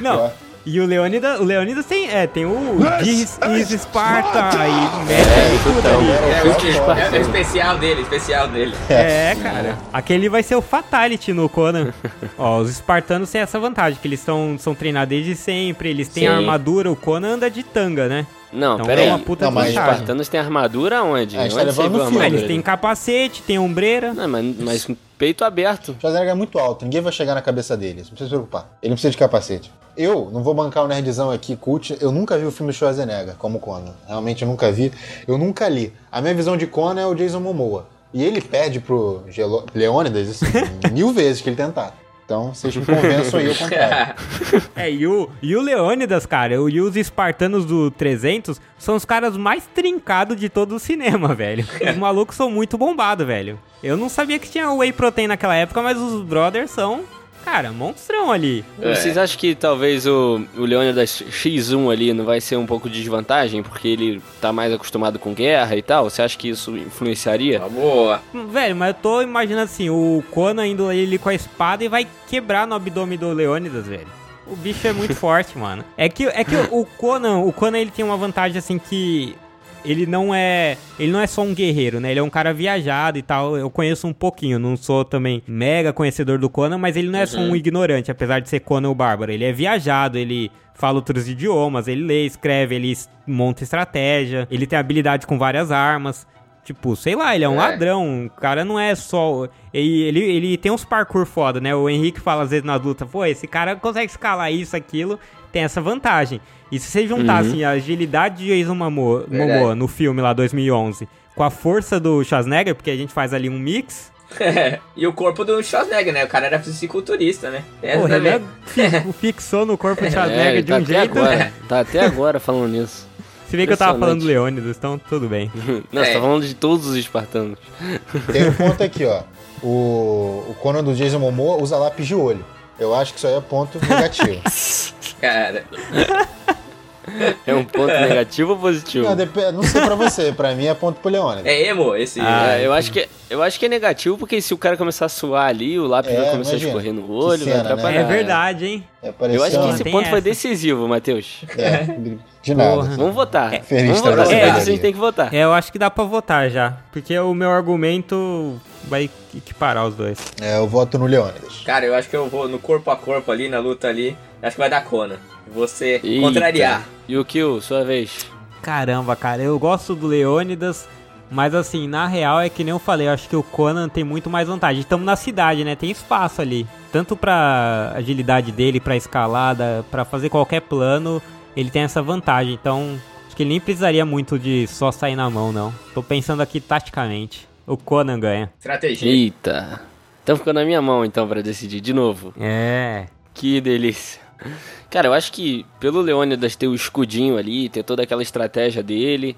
[SPEAKER 3] Não.
[SPEAKER 4] Ó.
[SPEAKER 3] E o Leônidas, o Leônidas tem, é, tem o This is Sparta e mete tudo ali.
[SPEAKER 4] Agora
[SPEAKER 2] É
[SPEAKER 4] o
[SPEAKER 2] o,
[SPEAKER 4] golpe top.
[SPEAKER 2] é o especial dele, especial dele.
[SPEAKER 3] É, cara. Aquele vai ser o Fatality no Conan. Ó, os espartanos têm essa vantagem, que eles são, são treinados desde sempre, eles
[SPEAKER 2] Sim.
[SPEAKER 3] têm armadura, o Conan anda de tanga, né?
[SPEAKER 1] Não,
[SPEAKER 3] Então
[SPEAKER 1] pera
[SPEAKER 3] é
[SPEAKER 1] aí.
[SPEAKER 3] uma puta
[SPEAKER 4] Não, mas-
[SPEAKER 1] Os
[SPEAKER 3] vantagem.
[SPEAKER 1] espartanos têm armadura onde?
[SPEAKER 4] É, a gente tá
[SPEAKER 1] Onde você
[SPEAKER 4] levando
[SPEAKER 1] viu a
[SPEAKER 4] no filme.
[SPEAKER 3] Ah,
[SPEAKER 1] armadura
[SPEAKER 3] eles têm
[SPEAKER 1] dele?
[SPEAKER 3] capacete, têm ombreira.
[SPEAKER 1] Não, mas, mas com peito aberto.
[SPEAKER 4] Schwarzenegger é muito alto, ninguém vai chegar na cabeça dele, não precisa se preocupar. Ele não precisa de capacete. Eu não vou bancar o nerdzão aqui, cult. Eu nunca vi o filme do Schwarzenegger, como Conan. Realmente eu nunca vi. Eu nunca li. A minha visão de Conan é o Jason Momoa. E ele perde pro Gelo- Leônidas assim, mil vezes que ele tentar. Então vocês me convençam aí ao contrário.
[SPEAKER 3] É, e o, e o Leônidas, cara, o- e os espartanos do 300 são os caras mais trincados de todo o cinema, velho. Os malucos são muito bombados, velho. Eu não sabia que tinha whey protein naquela época, mas os brothers são, cara, monstrão ali.
[SPEAKER 2] É.
[SPEAKER 1] Vocês acham que talvez o, o Leônidas X1 ali não vai ser um pouco de desvantagem? Porque ele tá mais acostumado com guerra e tal? Você acha que isso influenciaria?
[SPEAKER 2] Uma boa.
[SPEAKER 3] Hum, Velho, mas eu tô imaginando assim, o Conan indo ali com a espada e vai quebrar no abdômen do Leônidas, velho. O bicho é muito forte, mano. É que, é que o Conan, o Conan ele tem uma vantagem assim que ele não é. Ele não é só um guerreiro, né? Ele é um cara viajado e tal. Eu conheço um pouquinho, não sou também mega conhecedor do Conan, mas ele não é só um ignorante, apesar de ser Conan o Bárbaro. Ele é viajado, ele fala outros idiomas, ele lê, escreve, ele es- monta estratégia, ele tem habilidade com várias armas. Tipo, sei lá, ele é
[SPEAKER 2] É.
[SPEAKER 3] um ladrão. O cara não é só. Ele, ele, ele tem uns parkour foda, né? O Henrique fala às vezes na luta, pô, esse cara consegue escalar isso, aquilo, tem essa vantagem. E se você juntar, assim, a agilidade de Jason Momoa,
[SPEAKER 2] Verdade.
[SPEAKER 3] Momoa no filme lá 2011 com a força do Schwarzenegger, porque a gente faz ali um mix.
[SPEAKER 2] e o corpo do Schwarzenegger, né? O cara era fisiculturista, né? Tem essa
[SPEAKER 3] Pô,
[SPEAKER 2] também.
[SPEAKER 3] ele é fi- fixou no corpo do Schwarzenegger
[SPEAKER 1] É, ele
[SPEAKER 3] de
[SPEAKER 1] tá
[SPEAKER 3] um
[SPEAKER 1] até
[SPEAKER 3] jeito.
[SPEAKER 4] né?
[SPEAKER 1] agora. Tá até agora falando nisso.
[SPEAKER 3] Se bem que eu tava
[SPEAKER 1] Impressionante.
[SPEAKER 3] falando do Leônidas, então tudo bem.
[SPEAKER 1] Não, você
[SPEAKER 2] É.
[SPEAKER 1] tá falando de todos os espartanos.
[SPEAKER 4] Tem um ponto aqui, ó. O, o Conan do Jason Momoa usa lápis de olho. Eu acho que isso aí é ponto negativo.
[SPEAKER 2] Cara,
[SPEAKER 1] É um ponto negativo ou positivo?
[SPEAKER 4] não, dep- não sei pra você, pra mim é ponto pro Leônidas.
[SPEAKER 2] é emo esse.
[SPEAKER 3] Ah,
[SPEAKER 1] É, eu acho que eu acho que é negativo porque se o cara começar a suar ali, o lápis
[SPEAKER 4] É,
[SPEAKER 1] vai começar
[SPEAKER 4] imagina.
[SPEAKER 1] a escorrer no
[SPEAKER 4] Que
[SPEAKER 1] olho,
[SPEAKER 4] cena, né?
[SPEAKER 1] vai atrapalhar.
[SPEAKER 3] É verdade, hein?
[SPEAKER 4] É,
[SPEAKER 1] Eu acho
[SPEAKER 4] pareceu
[SPEAKER 1] que
[SPEAKER 4] uma-
[SPEAKER 1] esse
[SPEAKER 3] Tem
[SPEAKER 1] ponto foi
[SPEAKER 3] essa.
[SPEAKER 1] decisivo, Matheus.
[SPEAKER 4] É, de nada.
[SPEAKER 3] Porra.
[SPEAKER 1] Vamos votar.
[SPEAKER 4] Feliz
[SPEAKER 1] Vamos votar.
[SPEAKER 4] também,
[SPEAKER 1] Você vai dizer,
[SPEAKER 4] Maria.
[SPEAKER 1] a gente tem que votar.
[SPEAKER 3] É, eu acho que dá pra votar já. Porque o meu argumento vai equiparar os dois.
[SPEAKER 4] É, eu voto no Leônidas.
[SPEAKER 2] Cara, eu acho que eu vou no corpo a corpo ali, na luta ali. Acho que vai dar Conan. Você
[SPEAKER 1] Eita.
[SPEAKER 2] contrariar.
[SPEAKER 1] E o Kill, sua vez.
[SPEAKER 3] Caramba, cara, eu gosto do Leônidas, mas assim, na real é que nem eu falei, eu acho que o Conan tem muito mais vantagem. Estamos na cidade, né? Tem espaço ali. Tanto pra agilidade dele, pra escalada, pra fazer qualquer plano, ele tem essa vantagem. Então, acho que ele nem precisaria muito de só sair na mão, não. Tô pensando aqui taticamente. O Conan ganha.
[SPEAKER 2] Estratégia.
[SPEAKER 1] Eita. Então ficou na minha mão então pra decidir de novo.
[SPEAKER 3] É.
[SPEAKER 1] Que delícia. Cara, eu acho que pelo Leônidas ter o escudinho ali, ter toda aquela estratégia dele,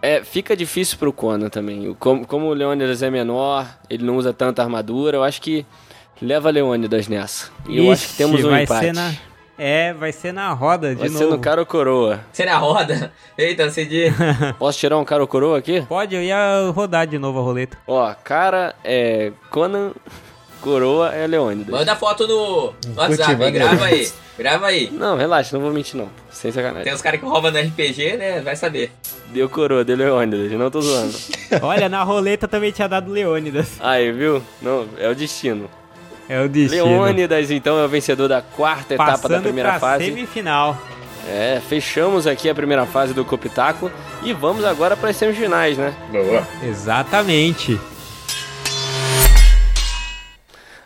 [SPEAKER 1] é, fica difícil pro Conan também. O- Como, como o Leônidas é menor, ele não usa tanta armadura, eu acho que leva Leônidas nessa. E eu acho que
[SPEAKER 3] Ixi,
[SPEAKER 1] temos um
[SPEAKER 3] vai
[SPEAKER 1] empate.
[SPEAKER 3] Ser na... É, vai ser na roda de
[SPEAKER 1] Vai
[SPEAKER 3] novo.
[SPEAKER 1] ser no cara ou coroa.
[SPEAKER 2] Você na roda? Eita, você de.
[SPEAKER 1] Posso tirar um cara ou coroa aqui?
[SPEAKER 3] Pode, eu ia rodar de novo a roleta.
[SPEAKER 1] Ó, cara é Conan, coroa é Leônidas.
[SPEAKER 2] Manda foto no, no WhatsApp,
[SPEAKER 4] Cultivando.
[SPEAKER 2] grava aí. Grava aí.
[SPEAKER 1] Não, relaxa, não vou mentir não, sem
[SPEAKER 2] Tem
[SPEAKER 1] sacanagem.
[SPEAKER 2] uns caras que roubam no RPG, né? Vai saber.
[SPEAKER 1] Deu coroa, deu Leônidas, não tô zoando.
[SPEAKER 3] Olha, na roleta também tinha dado Leônidas.
[SPEAKER 1] Aí, viu? Não, é o destino.
[SPEAKER 3] É o destino.
[SPEAKER 1] Leônidas, então, é o vencedor da quarta etapa
[SPEAKER 3] Passando
[SPEAKER 1] da primeira
[SPEAKER 3] pra
[SPEAKER 1] fase.
[SPEAKER 3] semifinal.
[SPEAKER 1] É, fechamos aqui a primeira fase do Copitaco e vamos agora para as semifinais, né?
[SPEAKER 2] Boa.
[SPEAKER 3] Exatamente.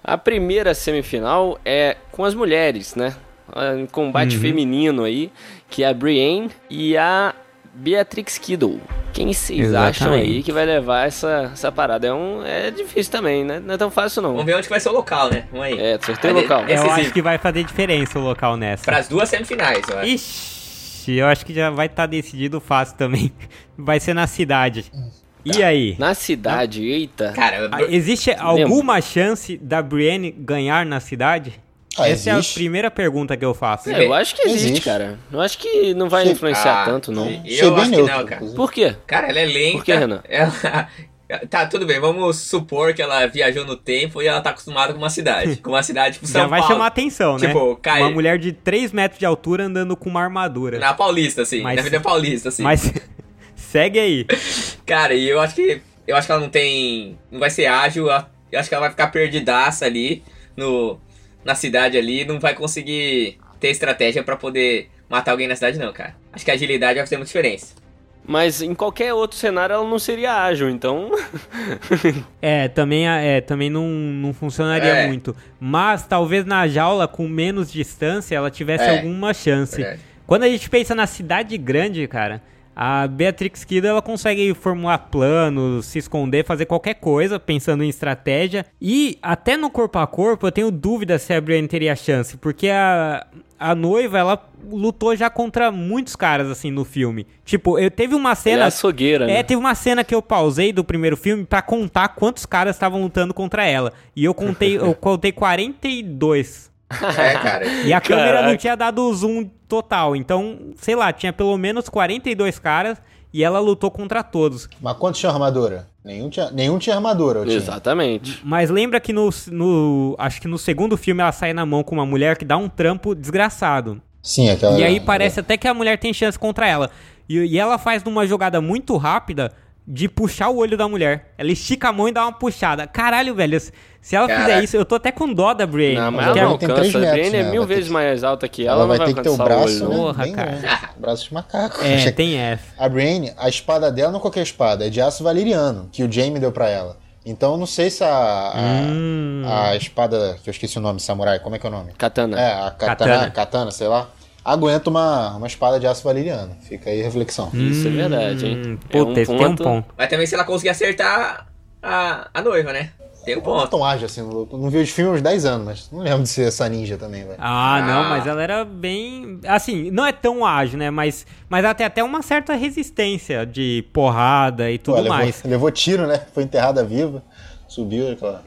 [SPEAKER 1] A primeira semifinal é com as mulheres, né? Ah, Em combate
[SPEAKER 3] Uhum.
[SPEAKER 1] feminino aí, que é a Brienne e a Beatrix Kiddo. Quem vocês acham aí
[SPEAKER 3] Exatamente.
[SPEAKER 1] que vai levar essa, essa parada? É, um, é difícil também, né? Não é tão fácil não.
[SPEAKER 2] Vamos ver onde que vai ser o local, né? Vamos aí.
[SPEAKER 1] É, sorteio
[SPEAKER 2] Cadê?
[SPEAKER 1] local.
[SPEAKER 2] Esse
[SPEAKER 3] eu
[SPEAKER 2] sim.
[SPEAKER 3] acho que vai fazer diferença o local nessa.
[SPEAKER 2] Para as duas semifinais, eu acho.
[SPEAKER 3] Ixi, eu acho que já vai estar decidido fácil também. Vai ser na cidade. E aí?
[SPEAKER 1] Na cidade, eita.
[SPEAKER 2] Cara,
[SPEAKER 3] Ah, Existe alguma chance da Brienne ganhar na cidade?
[SPEAKER 4] Ah,
[SPEAKER 3] Essa é a
[SPEAKER 4] existe.
[SPEAKER 3] primeira pergunta que eu faço.
[SPEAKER 1] É, eu acho que existe,
[SPEAKER 4] Existe.
[SPEAKER 1] cara. Eu acho que não vai
[SPEAKER 4] Sim.
[SPEAKER 1] influenciar
[SPEAKER 2] Ah,
[SPEAKER 1] tanto, não.
[SPEAKER 2] sim.
[SPEAKER 4] Achei
[SPEAKER 2] Eu
[SPEAKER 4] bem
[SPEAKER 2] acho que
[SPEAKER 4] neutro,
[SPEAKER 2] não, cara.
[SPEAKER 4] inclusive.
[SPEAKER 1] Por quê?
[SPEAKER 2] Cara, ela é lenta.
[SPEAKER 1] Por que, Renan?
[SPEAKER 2] Ela... Tá, tudo bem, vamos supor que ela viajou no tempo e ela tá acostumada com uma cidade. Com uma cidade tipo São
[SPEAKER 3] Já vai
[SPEAKER 2] Paulo.
[SPEAKER 3] chamar atenção, né?
[SPEAKER 2] Tipo, cai-
[SPEAKER 3] Uma mulher de 3 metros de altura andando com uma armadura.
[SPEAKER 2] Na Paulista, assim.
[SPEAKER 3] Mas-
[SPEAKER 2] Na Avenida Paulista, assim.
[SPEAKER 3] Mas segue aí.
[SPEAKER 2] Cara, e eu acho que. Eu acho que ela não tem. Não vai ser ágil. ela- Eu acho que ela vai ficar perdidaça ali no, na cidade ali. Não vai conseguir ter estratégia pra poder matar alguém na cidade, não, cara. Acho que a agilidade vai fazer muita diferença.
[SPEAKER 1] Mas em qualquer outro cenário ela não seria ágil, então.
[SPEAKER 3] É, também, é, também não, não funcionaria
[SPEAKER 2] É.
[SPEAKER 3] muito. Mas talvez na jaula, com menos distância, ela tivesse
[SPEAKER 2] É.
[SPEAKER 3] alguma chance.
[SPEAKER 2] Verdade.
[SPEAKER 3] Quando a gente pensa na cidade grande, cara, a Beatrix Kiddo, ela consegue formular planos, se esconder, fazer qualquer coisa, pensando em estratégia. E até no corpo a corpo, eu tenho dúvida se a Brienne teria chance, porque a, a noiva, ela lutou já contra muitos caras, assim, no filme. Tipo, eu teve uma
[SPEAKER 1] Ela é
[SPEAKER 3] cena...
[SPEAKER 1] açougueira, né?
[SPEAKER 3] É, teve uma cena que eu pausei do primeiro filme pra contar quantos caras estavam lutando contra ela. E eu contei, eu contei 42.
[SPEAKER 2] É, cara.
[SPEAKER 3] E a câmera não
[SPEAKER 1] Caraca.
[SPEAKER 3] tinha dado zoom total. Então, sei lá, tinha pelo menos 42 caras e ela lutou contra todos.
[SPEAKER 4] Mas quantos tinha armadura? Nenhum tinha, nenhum tinha armadura, eu tinha.
[SPEAKER 1] Exatamente.
[SPEAKER 3] Mas lembra que no, no. Acho que no segundo filme ela sai na mão com uma mulher que dá um trampo desgraçado.
[SPEAKER 4] Sim, aquela.
[SPEAKER 1] É.
[SPEAKER 3] E aí parece até que a mulher tem chance contra ela. E, e ela faz numa jogada muito rápida de puxar o olho da mulher. Ela estica a mão e dá uma puxada. Caralho, velho. se- Se ela
[SPEAKER 2] Caraca.
[SPEAKER 3] fizer isso, eu tô até com dó da Brienne.
[SPEAKER 1] Não, mas
[SPEAKER 3] porque
[SPEAKER 1] ela não
[SPEAKER 4] ela tem três
[SPEAKER 1] alcança. A
[SPEAKER 4] metros,
[SPEAKER 1] Brienne é
[SPEAKER 4] né?
[SPEAKER 1] mil
[SPEAKER 4] Ela vai
[SPEAKER 1] vezes
[SPEAKER 4] ter que-
[SPEAKER 1] mais alta que ela,
[SPEAKER 4] Ela
[SPEAKER 1] ela
[SPEAKER 4] vai
[SPEAKER 1] não
[SPEAKER 4] ter que ter o
[SPEAKER 1] alcançar
[SPEAKER 4] braço,
[SPEAKER 1] olho.
[SPEAKER 4] né?
[SPEAKER 3] Porra,
[SPEAKER 4] bem
[SPEAKER 3] cara.
[SPEAKER 4] grande. Braço de macaco.
[SPEAKER 3] É, tem essa.
[SPEAKER 4] A Brienne, a espada dela não é qualquer espada, é de aço valeriano, que o Jaime deu pra ela. Então não sei se a, a,
[SPEAKER 3] Hum.
[SPEAKER 4] a espada, que eu esqueci o nome, samurai, como é que é o nome?
[SPEAKER 1] Katana.
[SPEAKER 4] É, a katana,
[SPEAKER 3] Katana.
[SPEAKER 4] katana. sei lá. Aguenta uma, uma espada de aço valeriano. Fica aí a reflexão.
[SPEAKER 1] Isso é verdade, hein?
[SPEAKER 3] Hum, Puta,
[SPEAKER 1] é
[SPEAKER 3] esse tem um ponto.
[SPEAKER 2] Mas também se ela conseguir acertar a, a noiva, né? Tem um
[SPEAKER 4] Não é
[SPEAKER 2] ponto.
[SPEAKER 4] tão ágil assim, eu não vi os filmes há uns 10 anos, mas não lembro de ser essa ninja também, velho.
[SPEAKER 3] Ah, não,
[SPEAKER 2] Ah.
[SPEAKER 3] mas ela era bem. Assim, não é tão ágil, né? Mas, mas ela tem até uma certa resistência de porrada e
[SPEAKER 4] Pô,
[SPEAKER 3] tudo
[SPEAKER 4] levou,
[SPEAKER 3] mais.
[SPEAKER 4] Levou tiro, né? Foi enterrada viva, subiu, aquela...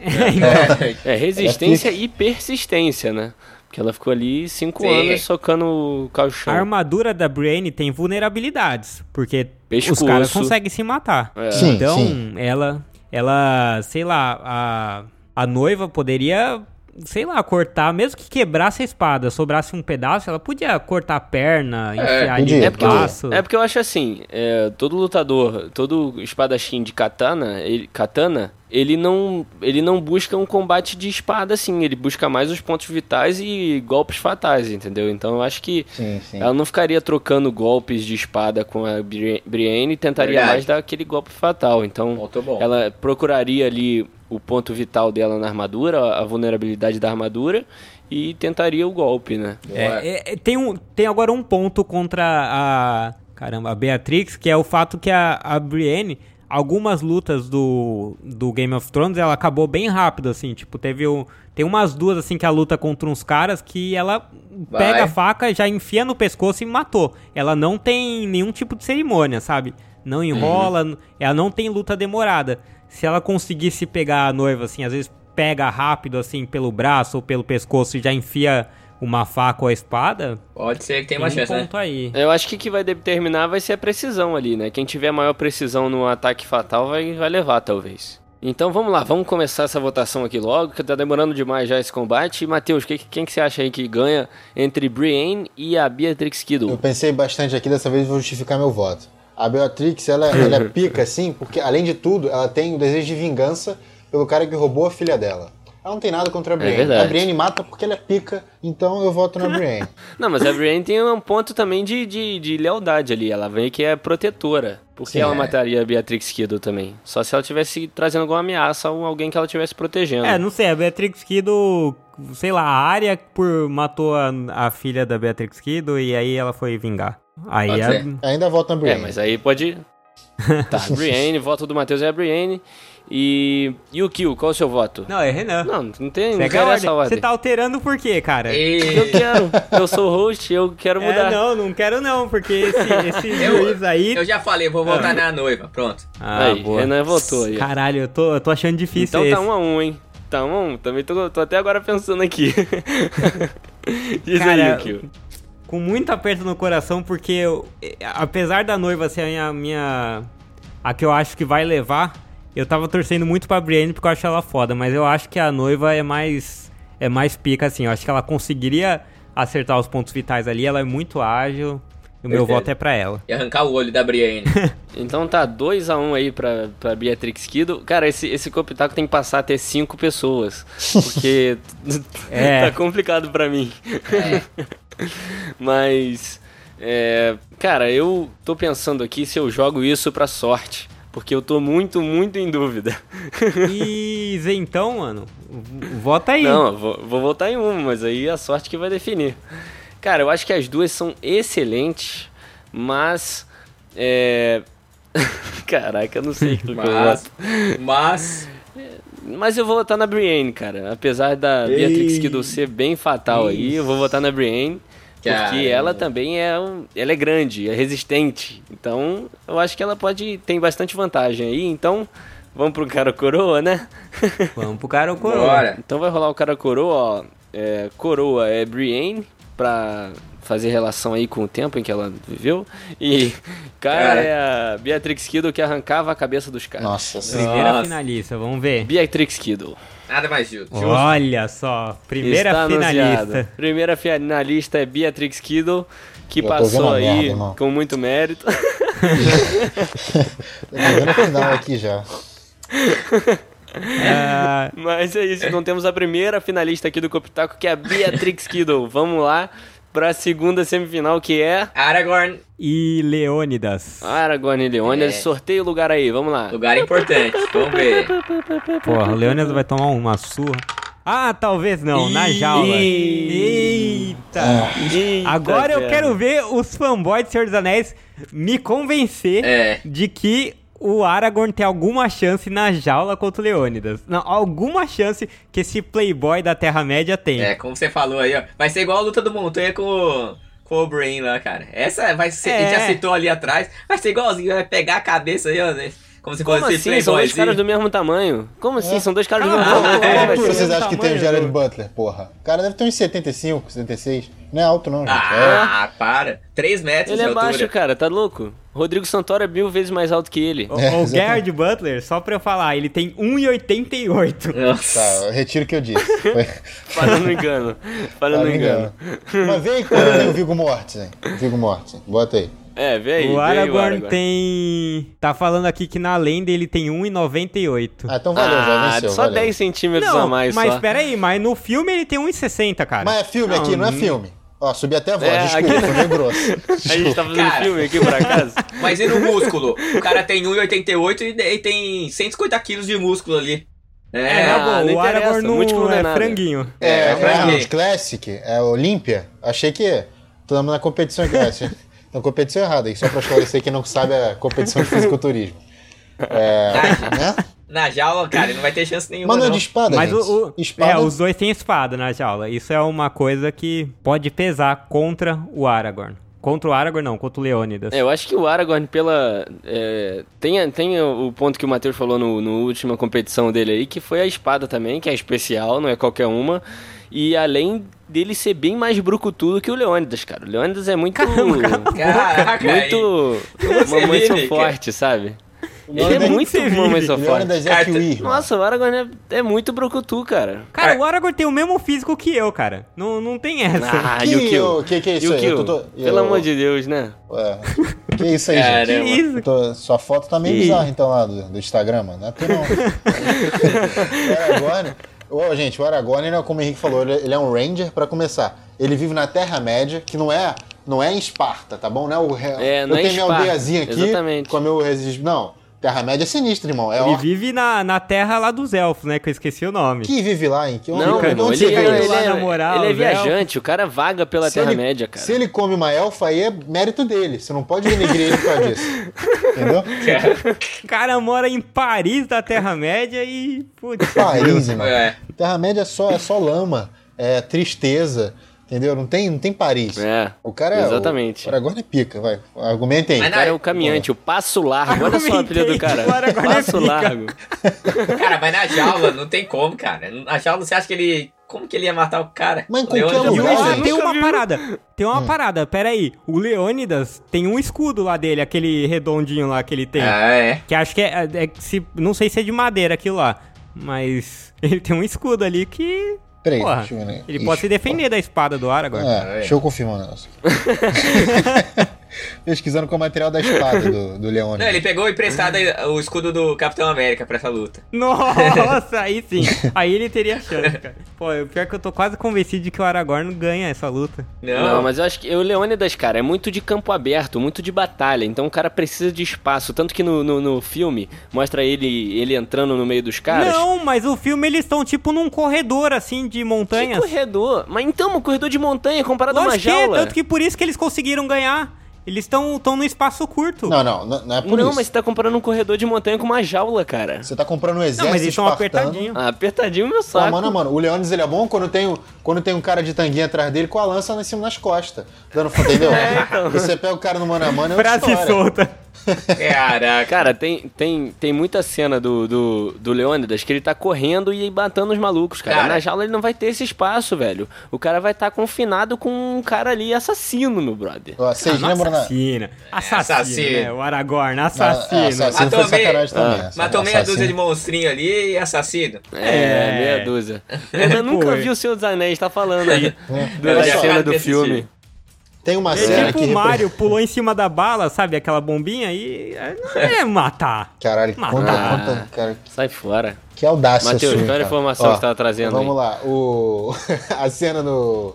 [SPEAKER 2] É,
[SPEAKER 1] É resistência e persistência, né? Porque ela ficou ali cinco
[SPEAKER 2] Sim.
[SPEAKER 1] anos socando o
[SPEAKER 3] A
[SPEAKER 1] calchão.
[SPEAKER 3] armadura da Brienne tem vulnerabilidades, porque
[SPEAKER 1] Pescoço.
[SPEAKER 3] os caras conseguem se matar.
[SPEAKER 1] É.
[SPEAKER 4] Sim,
[SPEAKER 3] então,
[SPEAKER 4] sim.
[SPEAKER 3] ela, ela, sei lá, a, a noiva poderia, sei lá, cortar, mesmo que quebrasse a espada, sobrasse um pedaço, ela podia cortar a perna, enfiar ali
[SPEAKER 4] podia,
[SPEAKER 1] É
[SPEAKER 3] no
[SPEAKER 1] porque,
[SPEAKER 4] podia.
[SPEAKER 3] braço.
[SPEAKER 1] eu, é porque eu acho assim, é, todo lutador, todo espadachim de katana, ele, katana, ele não, ele não busca um combate de espada assim, ele busca mais os pontos vitais e golpes fatais, entendeu? Então eu acho que
[SPEAKER 4] Sim, sim.
[SPEAKER 1] ela não ficaria trocando golpes de espada com a Bri- Brienne e tentaria
[SPEAKER 2] Verdade.
[SPEAKER 1] mais dar aquele golpe fatal. Então
[SPEAKER 2] ponto bom.
[SPEAKER 1] ela procuraria ali o ponto vital dela na armadura, a vulnerabilidade da armadura e tentaria o golpe, né?
[SPEAKER 3] É, é, é, tem, um, tem agora um ponto contra a. Caramba, a Beatrix, que é o fato que a, a Brienne, algumas lutas do, do Game of Thrones, ela acabou bem rápido, assim. Tipo, teve um, tem umas duas, assim, que a luta contra uns caras que ela
[SPEAKER 2] Vai.
[SPEAKER 3] pega a faca, já enfia no pescoço e matou. Ela não tem nenhum tipo de cerimônia, sabe? Não enrola,
[SPEAKER 2] Uhum.
[SPEAKER 3] n- ela não tem luta demorada. Se ela conseguisse pegar a noiva, assim, às vezes pega rápido, assim, pelo braço ou pelo pescoço e já enfia uma faca ou a espada,
[SPEAKER 2] Pode ser que tenha uma
[SPEAKER 3] tem um
[SPEAKER 2] chance, né?
[SPEAKER 3] ponto aí.
[SPEAKER 1] Eu acho que o que vai determinar vai ser a precisão ali, né? Quem tiver maior precisão no ataque fatal vai, vai levar, talvez. Então vamos lá, vamos começar essa votação aqui logo, que tá demorando demais já esse combate. E, Matheus, que- quem que você acha aí que ganha entre Brienne e a Beatrix
[SPEAKER 4] Eu
[SPEAKER 1] Kiddo?
[SPEAKER 4] pensei bastante aqui, dessa vez vou justificar meu voto. A Beatrix, ela, ela é pica, assim, porque além de tudo, ela tem o desejo de vingança pelo cara que roubou a filha dela. Ela não tem nada contra a Brienne.
[SPEAKER 1] É verdade.
[SPEAKER 4] a Brienne mata porque ela é pica, então eu voto na Brienne.
[SPEAKER 1] Não, mas a Brienne tem um ponto também de, de, de lealdade ali. Ela vem que é protetora. Por que
[SPEAKER 4] Sim,
[SPEAKER 1] ela
[SPEAKER 4] é.
[SPEAKER 1] mataria a Beatrix Kiddo também? Só se ela tivesse trazendo alguma ameaça ou alguém que ela tivesse protegendo.
[SPEAKER 3] É, não sei, a Beatrix Kido, sei lá, a Arya por, matou a, a filha da Beatrix Kido e aí ela foi vingar. Aí
[SPEAKER 2] Pode
[SPEAKER 3] a,
[SPEAKER 2] ser.
[SPEAKER 4] Ainda voto na
[SPEAKER 1] É,
[SPEAKER 4] Brienne.
[SPEAKER 1] mas aí pode. Tá, Brienne, voto do Matheus é a Brienne. E. E o Kill, qual é o seu voto?
[SPEAKER 3] Não, é Renan.
[SPEAKER 1] Não, não tem. Não
[SPEAKER 3] Segue a
[SPEAKER 1] quero
[SPEAKER 3] ordem.
[SPEAKER 1] essa
[SPEAKER 3] Você
[SPEAKER 1] ordem.
[SPEAKER 3] tá alterando por quê, cara?
[SPEAKER 1] Eu
[SPEAKER 2] E...
[SPEAKER 1] quero. Eu sou host, eu quero
[SPEAKER 3] É,
[SPEAKER 1] mudar.
[SPEAKER 3] não, não quero não, porque esse, esse juiz aí...
[SPEAKER 2] Eu já falei, vou voltar na noiva. Pronto.
[SPEAKER 3] Ah,
[SPEAKER 1] Aí, Renan voltou aí. ó.
[SPEAKER 3] Caralho, eu tô, eu tô achando difícil
[SPEAKER 1] Então
[SPEAKER 3] esse.
[SPEAKER 1] tá um a um, hein? Tá um a um. Também tô, tô até agora pensando aqui. Diz aí
[SPEAKER 3] Cara,
[SPEAKER 1] o Kill.
[SPEAKER 3] Com muito aperto no coração, porque eu- eh, apesar da noiva ser a minha, minha- a que eu acho que vai levar, eu tava torcendo muito pra Brienne porque eu acho ela foda, mas eu acho que a noiva é mais... É mais pica, assim. Eu acho que ela conseguiria acertar os pontos vitais ali. Ela é muito ágil. E o meu
[SPEAKER 2] Perfeito.
[SPEAKER 3] voto é pra ela.
[SPEAKER 2] E arrancar o olho da Brienne.
[SPEAKER 1] Então tá 2 a 1 um aí pra, pra Beatrix Kido. Cara, esse, esse Copitaco tem que passar até 5 pessoas. Porque
[SPEAKER 3] É.
[SPEAKER 1] tá complicado pra mim.
[SPEAKER 2] É,
[SPEAKER 1] Mas. é, cara, eu tô pensando aqui se eu jogo isso pra sorte. Porque eu tô muito, muito em dúvida.
[SPEAKER 3] E Zentão, mano, v- vota aí.
[SPEAKER 1] Não, eu vou, vou voltar em uma, mas aí é a sorte que vai definir. Cara, eu acho que as duas são excelentes, mas. É. Caraca, eu não sei o que eu
[SPEAKER 2] Mas,
[SPEAKER 1] voto.
[SPEAKER 2] mas
[SPEAKER 1] Mas eu vou votar na Brienne, cara. Apesar da Beatrix Kiddo ser bem fatal aí, eu vou votar na Brienne.
[SPEAKER 2] Caramba.
[SPEAKER 1] Porque ela também é um, ela é grande, é resistente. Então, eu acho que ela pode tem bastante vantagem aí. Então, vamos pro cara coroa, né?
[SPEAKER 3] Vamos pro cara ou coroa.
[SPEAKER 2] bora.
[SPEAKER 1] então vai rolar o cara coroa, ó. É, coroa é Brienne é pra fazer relação aí com o tempo em que ela viveu. E, cara,
[SPEAKER 2] Cara.
[SPEAKER 1] é a Beatrix Kiddo que arrancava a cabeça dos caras.
[SPEAKER 4] Nossa senhora.
[SPEAKER 3] Primeira
[SPEAKER 2] Nossa.
[SPEAKER 3] finalista, vamos ver.
[SPEAKER 1] Beatrix Kiddo.
[SPEAKER 2] Nada mais justo.
[SPEAKER 3] Olha só, primeira
[SPEAKER 1] Está
[SPEAKER 3] finalista.
[SPEAKER 1] anunciado. Primeira finalista é Beatrix Kiddo, que
[SPEAKER 4] Já tô vendo
[SPEAKER 1] passou
[SPEAKER 4] a
[SPEAKER 1] aí
[SPEAKER 4] merda, irmão.
[SPEAKER 1] com muito mérito.
[SPEAKER 4] Tô Tá vendo o final aqui já.
[SPEAKER 3] Ah,
[SPEAKER 1] Mas é isso, então temos a primeira finalista aqui do Copitaco, que é a Beatrix Kiddo. Vamos lá para a segunda semifinal, que é
[SPEAKER 2] Aragorn,
[SPEAKER 3] e Leônidas.
[SPEAKER 1] Aragorn e Leônidas.
[SPEAKER 2] É.
[SPEAKER 1] Sorteia o lugar aí, vamos lá.
[SPEAKER 2] lugar importante. Vamos ver.
[SPEAKER 3] Porra, o Leônidas vai tomar uma surra. Ah, talvez não, na
[SPEAKER 1] Ih.
[SPEAKER 3] jaula. Eita!
[SPEAKER 1] Eita,
[SPEAKER 3] Agora eu
[SPEAKER 1] cara.
[SPEAKER 3] quero ver os fanboys de Senhor dos Anéis me convencer
[SPEAKER 2] É.
[SPEAKER 3] de que o Aragorn tem alguma chance na jaula contra o Leônidas. Não, alguma chance que esse playboy da Terra-média tem.
[SPEAKER 2] É, como você falou aí, ó. Vai ser igual a luta do Montanha com o, com o Brain lá, cara. Essa vai ser. A gente
[SPEAKER 3] É.
[SPEAKER 2] já citou ali atrás. Vai ser igualzinho, vai pegar a cabeça aí, ó. né? Como se
[SPEAKER 1] Como
[SPEAKER 2] fosse esse
[SPEAKER 1] assim? São dois caras do
[SPEAKER 2] playboyzinho.
[SPEAKER 1] mesmo tamanho? Como assim? São dois caras do
[SPEAKER 3] Cala
[SPEAKER 1] mesmo
[SPEAKER 3] a boca,
[SPEAKER 1] tamanho?
[SPEAKER 3] é,
[SPEAKER 1] Vai
[SPEAKER 4] Quanto
[SPEAKER 1] ser-
[SPEAKER 4] vocês
[SPEAKER 3] mesmo
[SPEAKER 4] acham que tem o
[SPEAKER 3] tamanho
[SPEAKER 4] Jared
[SPEAKER 3] do-
[SPEAKER 4] Butler, porra? O cara deve ter uns 75, 76. Não é alto não, gente. É.
[SPEAKER 2] Ah, para. 3 metros
[SPEAKER 1] Ele
[SPEAKER 2] de
[SPEAKER 1] é
[SPEAKER 2] altura.
[SPEAKER 1] baixo, cara, tá louco? Rodrigo Santoro é mil vezes mais alto que ele.
[SPEAKER 3] O,
[SPEAKER 4] É,
[SPEAKER 3] o
[SPEAKER 4] exatamente.
[SPEAKER 3] Gerard Butler, só pra eu falar, ele tem 1,88.
[SPEAKER 2] Nossa.
[SPEAKER 4] Tá, eu retiro o que eu disse. Foi,
[SPEAKER 1] Falando engano. Falando
[SPEAKER 4] não me
[SPEAKER 1] engano.
[SPEAKER 4] engano. Mas vem com ele o Vigo Mortensen. Vigo Mortensen, bota aí.
[SPEAKER 1] É, vê aí. vê aí
[SPEAKER 3] O Aragorn
[SPEAKER 1] Aragorn.
[SPEAKER 3] tem. Tá falando aqui que na lenda ele tem 1,98.
[SPEAKER 4] Ah, então valeu, já
[SPEAKER 1] Ah,
[SPEAKER 4] venceu.
[SPEAKER 1] só
[SPEAKER 4] valeu.
[SPEAKER 1] 10 centímetros a
[SPEAKER 3] Não,
[SPEAKER 1] mais
[SPEAKER 3] mas
[SPEAKER 1] só.
[SPEAKER 3] peraí, mas no filme ele tem 1,60, cara.
[SPEAKER 4] Mas é filme aqui, não é filme. Ó, subi até a voz,
[SPEAKER 1] É,
[SPEAKER 4] desculpa,
[SPEAKER 1] aqui-
[SPEAKER 4] foi meio grosso.
[SPEAKER 1] A gente tá fazendo
[SPEAKER 2] Cara.
[SPEAKER 1] filme aqui por acaso?
[SPEAKER 2] Mas e no músculo? O cara tem 1,88 e de- e tem 150 quilos de músculo ali.
[SPEAKER 3] É,
[SPEAKER 2] É,
[SPEAKER 1] Ah,
[SPEAKER 3] na boa,
[SPEAKER 1] não
[SPEAKER 3] o
[SPEAKER 1] interessa,
[SPEAKER 3] Aragorn não,
[SPEAKER 1] músculo não é
[SPEAKER 3] é
[SPEAKER 1] nada.
[SPEAKER 3] franguinho.
[SPEAKER 4] É,
[SPEAKER 2] É,
[SPEAKER 4] é,
[SPEAKER 2] pra
[SPEAKER 4] Arnold
[SPEAKER 2] quê?
[SPEAKER 4] Classic, é Olímpia. Achei que estamos na competição aqui. Né? Na competição errada, aí, só para esclarecer quem não sabe é a competição de fisiculturismo. É, né?
[SPEAKER 2] na jaula, cara, ele não vai ter chance nenhuma.
[SPEAKER 4] Mas não é
[SPEAKER 2] não.
[SPEAKER 4] de espada,
[SPEAKER 3] Mas
[SPEAKER 4] gente.
[SPEAKER 3] o, o-
[SPEAKER 4] espada,
[SPEAKER 3] é, os dois têm espada na jaula. Isso é uma coisa que pode pesar contra o Aragorn. Contra o Aragorn, não, contra o Leônidas.
[SPEAKER 1] É, eu acho que o Aragorn, pela. é, tem, a- tem o o ponto que o Matheus falou no, no última competição dele aí, que foi a espada também, que é especial, não é qualquer uma. E além dele ser bem mais brucutu do que o Leônidas, cara. O Leônidas é muito.
[SPEAKER 2] Caraca, aí.
[SPEAKER 1] muito.
[SPEAKER 2] Você
[SPEAKER 1] Mamãe
[SPEAKER 2] vive,
[SPEAKER 1] sou
[SPEAKER 2] cara.
[SPEAKER 1] forte, sabe? Ele é
[SPEAKER 4] Leônidas-
[SPEAKER 1] muito
[SPEAKER 3] Você vive.
[SPEAKER 1] mamãe sou forte.
[SPEAKER 4] Leônidas é Jack
[SPEAKER 2] Carta-
[SPEAKER 4] Weir.
[SPEAKER 1] Nossa, o Aragorn é, é muito brucutu, cara.
[SPEAKER 3] Cara,
[SPEAKER 2] É.
[SPEAKER 3] o Aragorn tem o mesmo físico que eu, cara. Não, não tem essa.
[SPEAKER 1] Ah,
[SPEAKER 4] Que- o que que é isso aí?
[SPEAKER 1] Yukio,
[SPEAKER 4] Eu tô- tô-
[SPEAKER 1] Pelo
[SPEAKER 4] eu-
[SPEAKER 1] amor de Deus, né?
[SPEAKER 4] É. Que isso aí,
[SPEAKER 2] Caramba.
[SPEAKER 4] gente? Eu tô- sua foto tá meio
[SPEAKER 3] Ih.
[SPEAKER 4] bizarra, então, lá do, do Instagram, mano. Não é tu, não. o Aragorn... Ô, gente, o Aragorn, ele é, como o Henrique falou, ele ele é um ranger, pra começar. Ele vive na Terra-média, que não é... Não é em Esparta, tá bom? Não é o... re-
[SPEAKER 1] É, não
[SPEAKER 4] eu
[SPEAKER 1] é em
[SPEAKER 4] tenho minha
[SPEAKER 1] Esparta,
[SPEAKER 4] aldeiazinha aqui,
[SPEAKER 1] exatamente.
[SPEAKER 4] com a meu resistir... Não, Terra-média é sinistra, irmão. É
[SPEAKER 3] Ele
[SPEAKER 4] orc
[SPEAKER 3] vive na, na terra lá dos elfos, né? Que eu esqueci o nome.
[SPEAKER 4] que vive lá, hein? Que
[SPEAKER 1] Não,
[SPEAKER 4] onde-
[SPEAKER 1] irmão,
[SPEAKER 4] onde
[SPEAKER 1] ele,
[SPEAKER 4] você
[SPEAKER 1] ele,
[SPEAKER 4] viu
[SPEAKER 1] é-
[SPEAKER 4] isso?
[SPEAKER 1] ele,
[SPEAKER 3] Lá na
[SPEAKER 1] é-
[SPEAKER 3] moral,
[SPEAKER 1] ele é
[SPEAKER 3] véu.
[SPEAKER 1] viajante, o cara vaga pela
[SPEAKER 4] Se ele-
[SPEAKER 1] Terra-média, cara.
[SPEAKER 4] Se ele come uma elfa, aí é mérito dele. Você não pode denegrir ele por causa disso. Entendeu?
[SPEAKER 3] O cara mora em Paris da Terra-média e. Putz.
[SPEAKER 4] Paris, irmão.
[SPEAKER 2] É.
[SPEAKER 4] Terra-média é só, é só lama, é tristeza, entendeu? Não tem, não tem Paris.
[SPEAKER 1] É.
[SPEAKER 4] O cara é.
[SPEAKER 1] Exatamente.
[SPEAKER 4] O, o Aragorn é pica, vai. Argumentem.
[SPEAKER 1] O
[SPEAKER 2] Mas
[SPEAKER 1] cara é o caminhante, o passo largo. Olha só o apelido do cara.
[SPEAKER 3] Agora- agora é
[SPEAKER 1] Passo
[SPEAKER 3] pica.
[SPEAKER 1] largo.
[SPEAKER 2] Cara, mas na jaula não tem como, cara. Na jaula você acha que ele. Como que ele ia matar o cara?
[SPEAKER 4] Mas em
[SPEAKER 2] O
[SPEAKER 4] qualquer
[SPEAKER 2] Leônidas
[SPEAKER 3] E o
[SPEAKER 4] lugar,
[SPEAKER 2] morre.
[SPEAKER 4] Nossa,
[SPEAKER 3] Leônidas- tem
[SPEAKER 1] nunca
[SPEAKER 3] uma
[SPEAKER 1] vi.
[SPEAKER 3] parada. Tem
[SPEAKER 4] Hum.
[SPEAKER 3] uma parada, peraí. O Leônidas tem um escudo lá dele, aquele redondinho lá que ele tem.
[SPEAKER 2] Ah, é.
[SPEAKER 3] Que acho que é. é que se, não sei se é de madeira aquilo lá. Mas ele tem um escudo ali que.
[SPEAKER 4] Peraí,
[SPEAKER 3] Porra,
[SPEAKER 4] deixa eu ver, né?
[SPEAKER 3] ele
[SPEAKER 4] Ixi,
[SPEAKER 3] pode se defender da espada do Aragorn.
[SPEAKER 4] É, deixa eu confirmar o negócio. Pesquisando com o material da espada do, do Leônidas.
[SPEAKER 2] Não, ele é pegou emprestado o escudo do Capitão América pra essa luta.
[SPEAKER 3] Nossa, aí sim. Aí ele teria chance, cara. Pô, o pior é que eu tô quase convencido de que o Aragorn ganha essa luta.
[SPEAKER 2] Não,
[SPEAKER 1] Não, mas eu acho que o Leônidas, cara, é muito de campo aberto, muito de batalha. Então o cara precisa de espaço. Tanto que no, no, no filme mostra ele, ele entrando no meio dos caras.
[SPEAKER 3] Não, mas o filme eles estão tipo num corredor assim de
[SPEAKER 1] Que
[SPEAKER 3] montanhas.
[SPEAKER 1] corredor? Mas então, um corredor de montanha comparado a uma
[SPEAKER 3] Lógico que é,
[SPEAKER 1] jaula.
[SPEAKER 3] tanto que por isso que eles conseguiram ganhar. Eles estão tão no espaço curto.
[SPEAKER 4] Não, não, não, não é por
[SPEAKER 1] Não,
[SPEAKER 4] isso.
[SPEAKER 1] mas você tá comparando um corredor de montanha com uma jaula, cara.
[SPEAKER 4] Você tá comprando um exército
[SPEAKER 3] Não, mas eles estão
[SPEAKER 4] espartano.
[SPEAKER 3] apertadinhos.
[SPEAKER 1] Ah, apertadinho meu
[SPEAKER 4] Pô,
[SPEAKER 1] saco.
[SPEAKER 4] mano, mano, o Leônidas ele é bom quando tem, o- quando tem um cara de tanguinha atrás dele com a lança lá em cima nas costas. Dando, entendeu? Você pega o cara no mano a mano é outra
[SPEAKER 3] então. Frase
[SPEAKER 4] história.
[SPEAKER 3] solta.
[SPEAKER 2] Caraca.
[SPEAKER 1] Cara, tem, tem, tem muita cena do, do, do Leônidas que ele tá correndo e matando os malucos, cara.
[SPEAKER 2] Cara.
[SPEAKER 1] Na jaula ele não vai ter esse espaço, velho. O cara vai estar confinado com um cara ali assassino, meu brother.
[SPEAKER 4] Ó,
[SPEAKER 2] Ah,
[SPEAKER 4] Vocês lembram né? na.
[SPEAKER 3] assassina. Assassina,
[SPEAKER 2] assassino.
[SPEAKER 3] Ah, né? O Aragorn,
[SPEAKER 4] Ah,
[SPEAKER 3] assassino.
[SPEAKER 4] assassino foi
[SPEAKER 2] Matou meia-
[SPEAKER 4] sacanagem também.
[SPEAKER 1] Ah.
[SPEAKER 4] essa-
[SPEAKER 2] Matou meia
[SPEAKER 4] assassino.
[SPEAKER 2] dúzia de monstrinho ali e assassino.
[SPEAKER 1] É, meia dúzia. Eu ainda nunca
[SPEAKER 3] Pô.
[SPEAKER 1] vi o Senhor dos Anéis, tá falando aí.
[SPEAKER 2] Eu
[SPEAKER 1] da
[SPEAKER 2] já
[SPEAKER 1] cena
[SPEAKER 2] quero
[SPEAKER 1] do
[SPEAKER 2] assistir.
[SPEAKER 1] filme.
[SPEAKER 4] Tem uma
[SPEAKER 3] É
[SPEAKER 4] cena
[SPEAKER 3] tipo
[SPEAKER 4] que.
[SPEAKER 3] o Mario pulou em cima da bala, sabe? Aquela bombinha e. Não é matar.
[SPEAKER 4] Caralho,
[SPEAKER 3] Mano.
[SPEAKER 4] quanta,
[SPEAKER 1] Ah.
[SPEAKER 4] quanta, cara,
[SPEAKER 1] Sai fora.
[SPEAKER 4] que audácia
[SPEAKER 1] Matheus,
[SPEAKER 4] sua,
[SPEAKER 1] qual era a
[SPEAKER 4] cara.
[SPEAKER 1] informação
[SPEAKER 4] Ó,
[SPEAKER 1] que você tava trazendo
[SPEAKER 4] Vamos
[SPEAKER 1] aí?
[SPEAKER 4] lá, o... a cena no...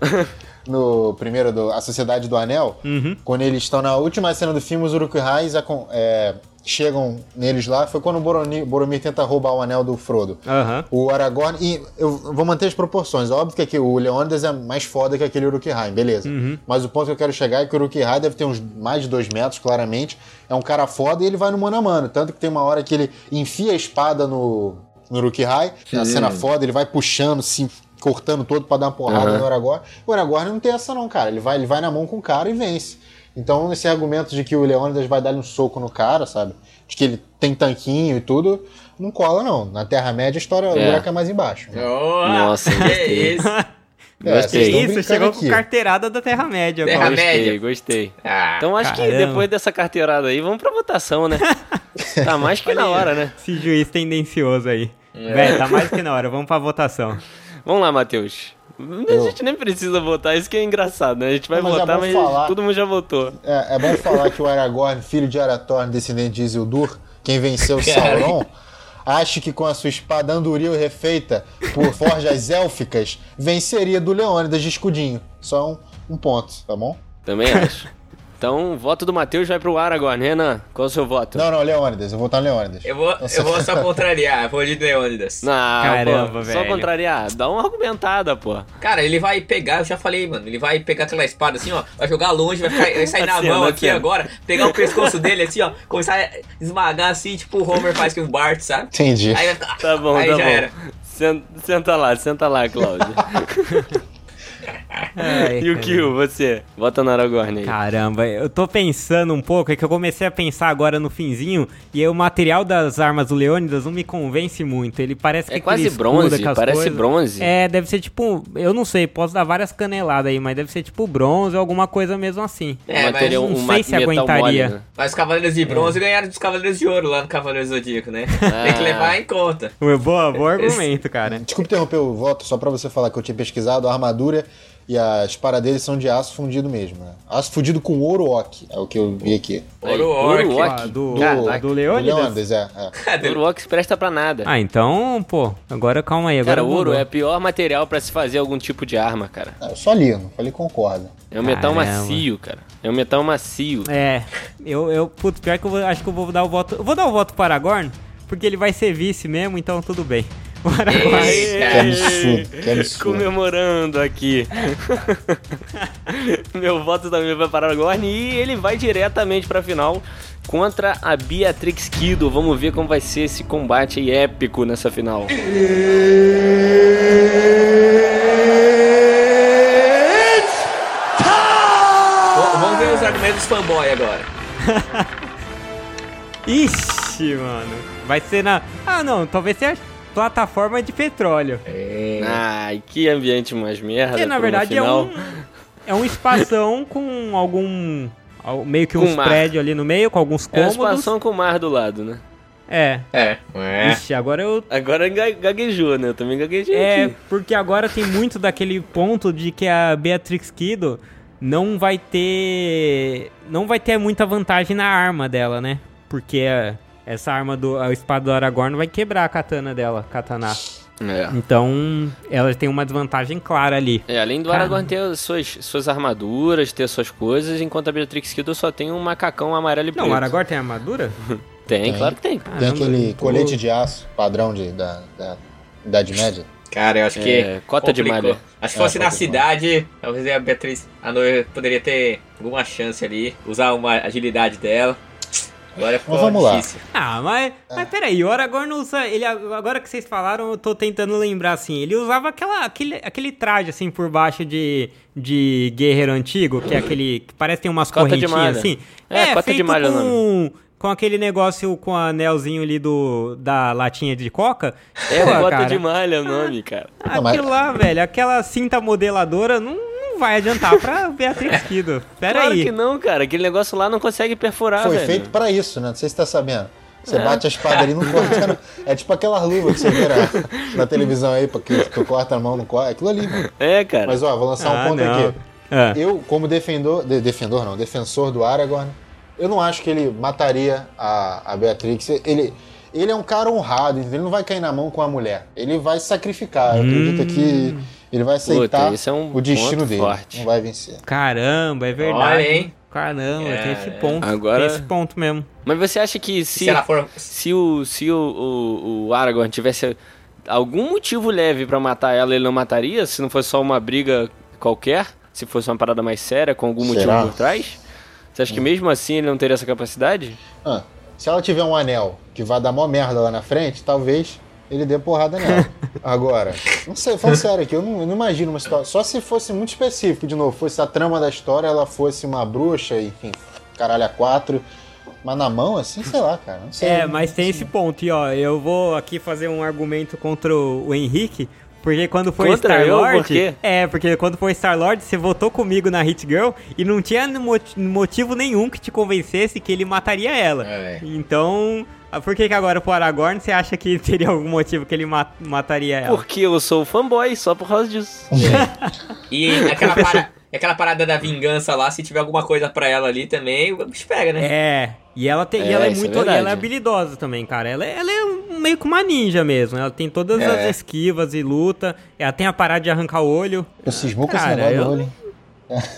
[SPEAKER 4] no primeiro, do... a Sociedade do Anel,
[SPEAKER 3] Uhum.
[SPEAKER 4] quando eles estão na última cena do filme, os Uruk-hais acon- é, chegam neles lá, foi quando o Boroni- Boromir tenta roubar o anel do Frodo.
[SPEAKER 3] Aham.
[SPEAKER 4] O Aragorn. E eu vou manter as proporções. Óbvio que aqui, o Leônidas é mais foda que aquele Uruk-hai, beleza. Mas o ponto que eu quero chegar é que o Uruk-hai deve ter uns mais de dois metros, claramente. É um cara foda e ele vai no mano a mano. Tanto que tem uma hora que ele enfia a espada no, no Uruk-hai, na cena foda, ele vai puxando, se cortando todo pra dar uma porrada no Aragorn. O Aragorn não tem essa, não, cara. Ele vai, ele vai na mão com o cara e vence. Então, esse argumento de que o Leônidas vai dar um soco no cara, sabe? De que ele tem tanquinho e tudo, não cola, não. Na Terra-média, a história, o
[SPEAKER 1] É.
[SPEAKER 4] buraco é mais embaixo. né?
[SPEAKER 2] Oh,
[SPEAKER 1] Nossa,
[SPEAKER 2] que
[SPEAKER 1] gostei.
[SPEAKER 2] isso.
[SPEAKER 4] É,
[SPEAKER 3] que
[SPEAKER 4] vocês tão
[SPEAKER 3] isso,
[SPEAKER 4] brincando
[SPEAKER 3] chegou
[SPEAKER 4] aqui.
[SPEAKER 3] com carteirada da Terra-média agora.
[SPEAKER 2] Terra-
[SPEAKER 1] Gostei,
[SPEAKER 2] média.
[SPEAKER 1] gostei.
[SPEAKER 2] Ah,
[SPEAKER 1] Então acho que
[SPEAKER 3] Caramba.
[SPEAKER 1] depois dessa carteirada aí, vamos pra votação, né? Tá mais que na hora, né?
[SPEAKER 3] Esse juiz tendencioso aí.
[SPEAKER 1] É.
[SPEAKER 3] Véi, tá mais que na hora, vamos pra votação.
[SPEAKER 1] Vamos lá, Matheus. A gente nem precisa votar, isso que é engraçado, né? A gente vai
[SPEAKER 4] Mas é
[SPEAKER 1] votar,
[SPEAKER 4] bom
[SPEAKER 1] mas
[SPEAKER 4] falar.
[SPEAKER 1] todo mundo já votou.
[SPEAKER 4] É, é bom falar que o Aragorn, filho de Aratorn, descendente de Isildur, quem venceu
[SPEAKER 2] Cara.
[SPEAKER 4] Sauron, acha que com a sua espada Anduril refeita por forjas élficas, venceria do Leônidas de escudinho. Só um, um ponto, tá bom?
[SPEAKER 1] Também acho. Então, o voto do Matheus vai pro Aragorn. Renan, qual o seu
[SPEAKER 3] Tá.
[SPEAKER 1] voto?
[SPEAKER 4] Não, não, Leônidas, eu vou estar no Leônidas.
[SPEAKER 2] eu vou, eu vou só contrariar, eu vou de Leônidas.
[SPEAKER 1] Não,
[SPEAKER 3] Caramba,
[SPEAKER 1] pô, Só
[SPEAKER 3] velho.
[SPEAKER 1] contrariar, dá uma argumentada, pô.
[SPEAKER 2] Cara, ele vai pegar, eu já falei, mano, ele vai pegar aquela espada assim, ó, vai jogar longe, vai, ficar- vai sair na
[SPEAKER 1] Assim, ó,
[SPEAKER 2] mão
[SPEAKER 1] na
[SPEAKER 2] aqui
[SPEAKER 1] cena.
[SPEAKER 2] agora, pegar o pescoço dele assim, ó, começar a esmagar assim, tipo o Homer faz com o Bart, sabe?
[SPEAKER 4] Entendi.
[SPEAKER 2] Aí vai ficar,
[SPEAKER 1] Tá bom,
[SPEAKER 2] aí
[SPEAKER 1] tá
[SPEAKER 2] já
[SPEAKER 1] bom.
[SPEAKER 2] era.
[SPEAKER 1] Sen- Senta lá, senta lá, Cláudio.
[SPEAKER 3] Ai,
[SPEAKER 1] e o
[SPEAKER 3] cara.
[SPEAKER 1] Kill, você? Vota no Aragorn aí.
[SPEAKER 3] Caramba, eu tô pensando um pouco, é que eu comecei a pensar agora no finzinho, e aí o material das armas do Leônidas não me convence muito. Ele parece que
[SPEAKER 1] É quase
[SPEAKER 3] aquele escudo,
[SPEAKER 1] bronze,
[SPEAKER 3] aquelas
[SPEAKER 1] parece
[SPEAKER 3] coisas-
[SPEAKER 1] bronze.
[SPEAKER 3] É, deve ser tipo, eu não sei, posso dar várias caneladas aí, mas deve ser tipo bronze ou alguma coisa mesmo assim.
[SPEAKER 1] Um
[SPEAKER 2] É, mas
[SPEAKER 1] material,
[SPEAKER 3] não
[SPEAKER 1] um
[SPEAKER 3] sei
[SPEAKER 1] ma-
[SPEAKER 3] se
[SPEAKER 1] metal
[SPEAKER 3] aguentaria.
[SPEAKER 1] mole, né?
[SPEAKER 2] Mas os Cavaleiros de Bronze ganharam dos Cavaleiros de Ouro lá no Cavaleiros Zodíaco, né? Tem
[SPEAKER 1] Ah.
[SPEAKER 2] que levar em conta.
[SPEAKER 3] Ué, Boa, Um bom argumento, cara.
[SPEAKER 4] Desculpa interromper o voto, só pra você falar que eu tinha pesquisado, a armadura e as espadas dele são de aço fundido mesmo, né? Aço fundido com ouro ok, é o que eu vi aqui.
[SPEAKER 1] Aí,
[SPEAKER 2] Ouro Orc.
[SPEAKER 1] Ouro
[SPEAKER 3] Ah,
[SPEAKER 1] Orc.
[SPEAKER 3] do,
[SPEAKER 1] Caraca.
[SPEAKER 3] do Leônidas?
[SPEAKER 4] Leônidas, é, é.
[SPEAKER 1] Ouro Orc se presta pra nada.
[SPEAKER 3] Ah, então, pô, agora calma aí, agora
[SPEAKER 1] Cara, ouro
[SPEAKER 3] mudou.
[SPEAKER 1] é o pior material pra se fazer algum tipo de arma, cara.
[SPEAKER 4] É, Eu só li, não falei concorda.
[SPEAKER 1] É um metal
[SPEAKER 3] Caramba.
[SPEAKER 1] macio, cara. É um metal macio.
[SPEAKER 3] É, eu, eu putz, pior que eu vou- acho que eu vou dar o voto. Eu vou dar o voto para Aragorn, porque ele vai ser vice mesmo, então tudo bem. O Aragorn.
[SPEAKER 2] Ei,
[SPEAKER 4] Que
[SPEAKER 2] cara.
[SPEAKER 4] absurdo, que absurdo.
[SPEAKER 1] Comemorando aqui. Meu voto também vai para o Aragorn e ele vai diretamente pra final contra a Beatrix Kido. Vamos ver como vai ser esse combate aí épico nessa final.
[SPEAKER 2] V- Vamos ver os argumentos dos fanboy agora.
[SPEAKER 3] Ixi, mano. Vai ser na. Ah, não, talvez seja plataforma de petróleo.
[SPEAKER 1] É, Ai, que ambiente mais merda.
[SPEAKER 3] Porque na
[SPEAKER 1] pra uma
[SPEAKER 3] verdade é
[SPEAKER 1] final.
[SPEAKER 3] um. É um espação com algum. al- Meio que
[SPEAKER 1] Com
[SPEAKER 3] uns
[SPEAKER 1] mar.
[SPEAKER 3] prédios ali no meio, com alguns
[SPEAKER 1] É uma
[SPEAKER 3] cômodos.
[SPEAKER 1] expansão com o mar do lado, né?
[SPEAKER 3] É.
[SPEAKER 2] É.
[SPEAKER 3] Ixi, agora eu
[SPEAKER 1] Agora ga- gaguejou, né? Eu também gaguejei
[SPEAKER 3] É,
[SPEAKER 1] aqui.
[SPEAKER 3] porque agora tem muito daquele ponto de que a Beatrix Kido não vai ter. Não vai ter muita vantagem na arma dela, né? Porque a- essa arma do. A espada do Aragorn vai quebrar a katana dela, katana.
[SPEAKER 1] É.
[SPEAKER 3] Então, ela tem uma desvantagem clara ali.
[SPEAKER 1] É, além do
[SPEAKER 3] Cara.
[SPEAKER 1] Aragorn ter suas, suas armaduras, ter suas coisas, enquanto a Beatrix Kiddo só tem um macacão amarelo e
[SPEAKER 3] Não,
[SPEAKER 1] preto.
[SPEAKER 3] o Aragorn tem armadura?
[SPEAKER 1] Tem,
[SPEAKER 4] Tem.
[SPEAKER 1] claro que tem.
[SPEAKER 4] Tem
[SPEAKER 3] Caramba,
[SPEAKER 4] aquele
[SPEAKER 3] pô.
[SPEAKER 4] colete de aço padrão de, da, da Idade Média.
[SPEAKER 2] Cara, eu acho que.
[SPEAKER 1] É, cota de
[SPEAKER 2] complicou.
[SPEAKER 1] malha.
[SPEAKER 2] Acho que
[SPEAKER 4] É,
[SPEAKER 2] fosse na
[SPEAKER 4] cota de
[SPEAKER 2] cidade, talvez a Beatriz a noiva poderia ter alguma chance ali, usar uma agilidade dela. Agora ficou
[SPEAKER 4] vamos lá.
[SPEAKER 2] difícil.
[SPEAKER 3] Ah, mas,
[SPEAKER 4] É.
[SPEAKER 3] mas peraí, o Aragorn não usa. Ele, agora que vocês falaram, eu tô tentando lembrar assim. Ele usava aquela, aquele, aquele traje assim por baixo de, de guerreiro antigo, que é aquele. que parece que tem umas
[SPEAKER 1] Cota de
[SPEAKER 3] correntinhas
[SPEAKER 1] malha.
[SPEAKER 3] assim.
[SPEAKER 1] É, cota de malha o
[SPEAKER 3] com com aquele negócio com o anelzinho ali do, da latinha de coca.
[SPEAKER 1] É bota de malha o nome, cara.
[SPEAKER 4] Não, mas-
[SPEAKER 3] Aquilo lá, velho, aquela cinta modeladora não, não vai adiantar pra Beatriz Kido. Pera
[SPEAKER 1] claro
[SPEAKER 3] aí.
[SPEAKER 1] que não, cara. Aquele negócio lá não consegue
[SPEAKER 3] Ah,
[SPEAKER 1] perfurar,
[SPEAKER 4] Foi
[SPEAKER 1] velho.
[SPEAKER 4] feito pra isso, né? Não sei se você tá sabendo.
[SPEAKER 3] É.
[SPEAKER 4] Você bate a espada ali e não corta. não. É tipo aquelas luvas que você vê na, na televisão aí, porque tu corta a mão, não corta. É aquilo ali. mano.
[SPEAKER 1] É, cara.
[SPEAKER 4] Mas ó, vou lançar um
[SPEAKER 3] Ah,
[SPEAKER 4] ponto
[SPEAKER 3] não.
[SPEAKER 4] aqui.
[SPEAKER 3] Ah.
[SPEAKER 4] Eu, como defendor, de- defendor não, defensor do Aragorn, eu não acho que ele mataria a, a Beatrix. Ele, ele é um cara honrado, entendeu? ele não vai cair na mão com a mulher. Ele vai se sacrificar. Eu acredito que ele vai aceitar
[SPEAKER 1] Hum. Puta, isso é um
[SPEAKER 4] o destino
[SPEAKER 1] ponto
[SPEAKER 4] dele.
[SPEAKER 1] forte.
[SPEAKER 4] Não vai vencer.
[SPEAKER 3] Caramba, é verdade.
[SPEAKER 2] Olha, hein?
[SPEAKER 3] Caramba,
[SPEAKER 2] É,
[SPEAKER 3] tem esse
[SPEAKER 2] é.
[SPEAKER 3] ponto.
[SPEAKER 1] Agora-
[SPEAKER 3] Tem esse ponto mesmo.
[SPEAKER 1] Mas você acha que se,
[SPEAKER 2] Se ela for.
[SPEAKER 1] se, o, se o, o, o Aragorn tivesse algum motivo leve pra matar ela, ele não mataria? Se não fosse só uma briga qualquer? Se fosse uma parada mais séria, com algum motivo
[SPEAKER 4] Será?
[SPEAKER 1] por trás? Você acha que mesmo assim ele não teria essa capacidade?
[SPEAKER 4] Ah, se ela tiver um anel que vai dar mó merda lá na frente, talvez ele dê porrada nela. Agora, não sei, falando sério aqui, eu não, eu não imagino uma situação. Só se fosse muito específico, de novo, fosse a trama da história, ela fosse uma bruxa, enfim, caralho, a quatro. Mas na mão, assim, sei lá, cara. Não sei.
[SPEAKER 3] É, mas tem esse ponto. E ó, eu vou aqui fazer um argumento contra o Henrique. Porque quando foi
[SPEAKER 1] Contra
[SPEAKER 3] Star Lord.
[SPEAKER 1] eu? Por quê?
[SPEAKER 3] É, porque quando foi Star Lord, você votou comigo na Hit Girl e não tinha mo- motivo nenhum que te convencesse que ele mataria ela.
[SPEAKER 2] É.
[SPEAKER 3] Então, ah, por que, que agora pro Aragorn você acha que teria algum motivo que ele ma- mataria ela?
[SPEAKER 1] Porque eu sou fanboy, só por causa disso.
[SPEAKER 2] E aquela, para- aquela parada da vingança lá, se tiver alguma coisa pra ela ali também, o bicho pega, né?
[SPEAKER 3] É. E ela, tem, e
[SPEAKER 1] É,
[SPEAKER 3] ela é
[SPEAKER 1] isso é
[SPEAKER 3] muito. e ela é
[SPEAKER 1] verdade.
[SPEAKER 3] habilidosa também, cara. Ela, é- ela é um- meio que uma ninja mesmo. Ela tem todas
[SPEAKER 2] É.
[SPEAKER 3] as esquivas e luta. Ela tem a parada de arrancar o olho.
[SPEAKER 4] Eu cismou com esse
[SPEAKER 3] Cara,
[SPEAKER 4] negócio
[SPEAKER 3] eu-
[SPEAKER 4] do olho, hein?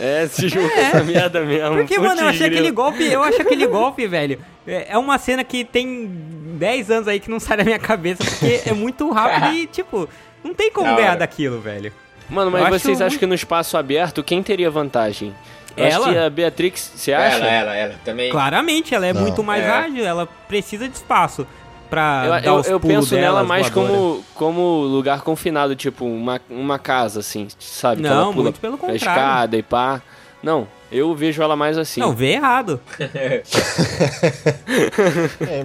[SPEAKER 1] É, se jogou essa merda mesmo.
[SPEAKER 3] Porque,
[SPEAKER 1] Putz,
[SPEAKER 3] mano, eu achei
[SPEAKER 1] grilo.
[SPEAKER 3] aquele golpe, eu acho aquele golpe, velho. É é uma cena que tem 10 anos aí que não sai da minha cabeça, porque é muito rápido e, tipo, não tem como
[SPEAKER 2] Da
[SPEAKER 3] ganhar
[SPEAKER 1] é.
[SPEAKER 2] hora.
[SPEAKER 3] daquilo, velho.
[SPEAKER 1] Mano,
[SPEAKER 3] Eu
[SPEAKER 1] mas
[SPEAKER 3] acho
[SPEAKER 1] vocês acham
[SPEAKER 3] muito-
[SPEAKER 1] que no espaço aberto, quem teria vantagem? Eu acho
[SPEAKER 3] Ela?
[SPEAKER 1] que a Beatrix, É, você acha?
[SPEAKER 2] Ela, é. ela, ela também.
[SPEAKER 3] Claramente, ela é
[SPEAKER 4] Não,
[SPEAKER 3] muito mais
[SPEAKER 2] é.
[SPEAKER 3] ágil, ela precisa de espaço pra
[SPEAKER 1] Eu,
[SPEAKER 3] dar
[SPEAKER 1] eu-
[SPEAKER 3] os
[SPEAKER 1] eu
[SPEAKER 3] pulos
[SPEAKER 1] penso
[SPEAKER 3] dela,
[SPEAKER 1] nela
[SPEAKER 3] as
[SPEAKER 1] mais
[SPEAKER 3] voadoras.
[SPEAKER 1] como, como lugar confinado, tipo uma, uma casa, assim, sabe? que
[SPEAKER 3] Não,
[SPEAKER 1] ela pula
[SPEAKER 3] muito pelo
[SPEAKER 1] a
[SPEAKER 3] contrário.
[SPEAKER 1] escada e pá. Não, eu vejo ela mais assim.
[SPEAKER 3] Não, vê errado.
[SPEAKER 4] É,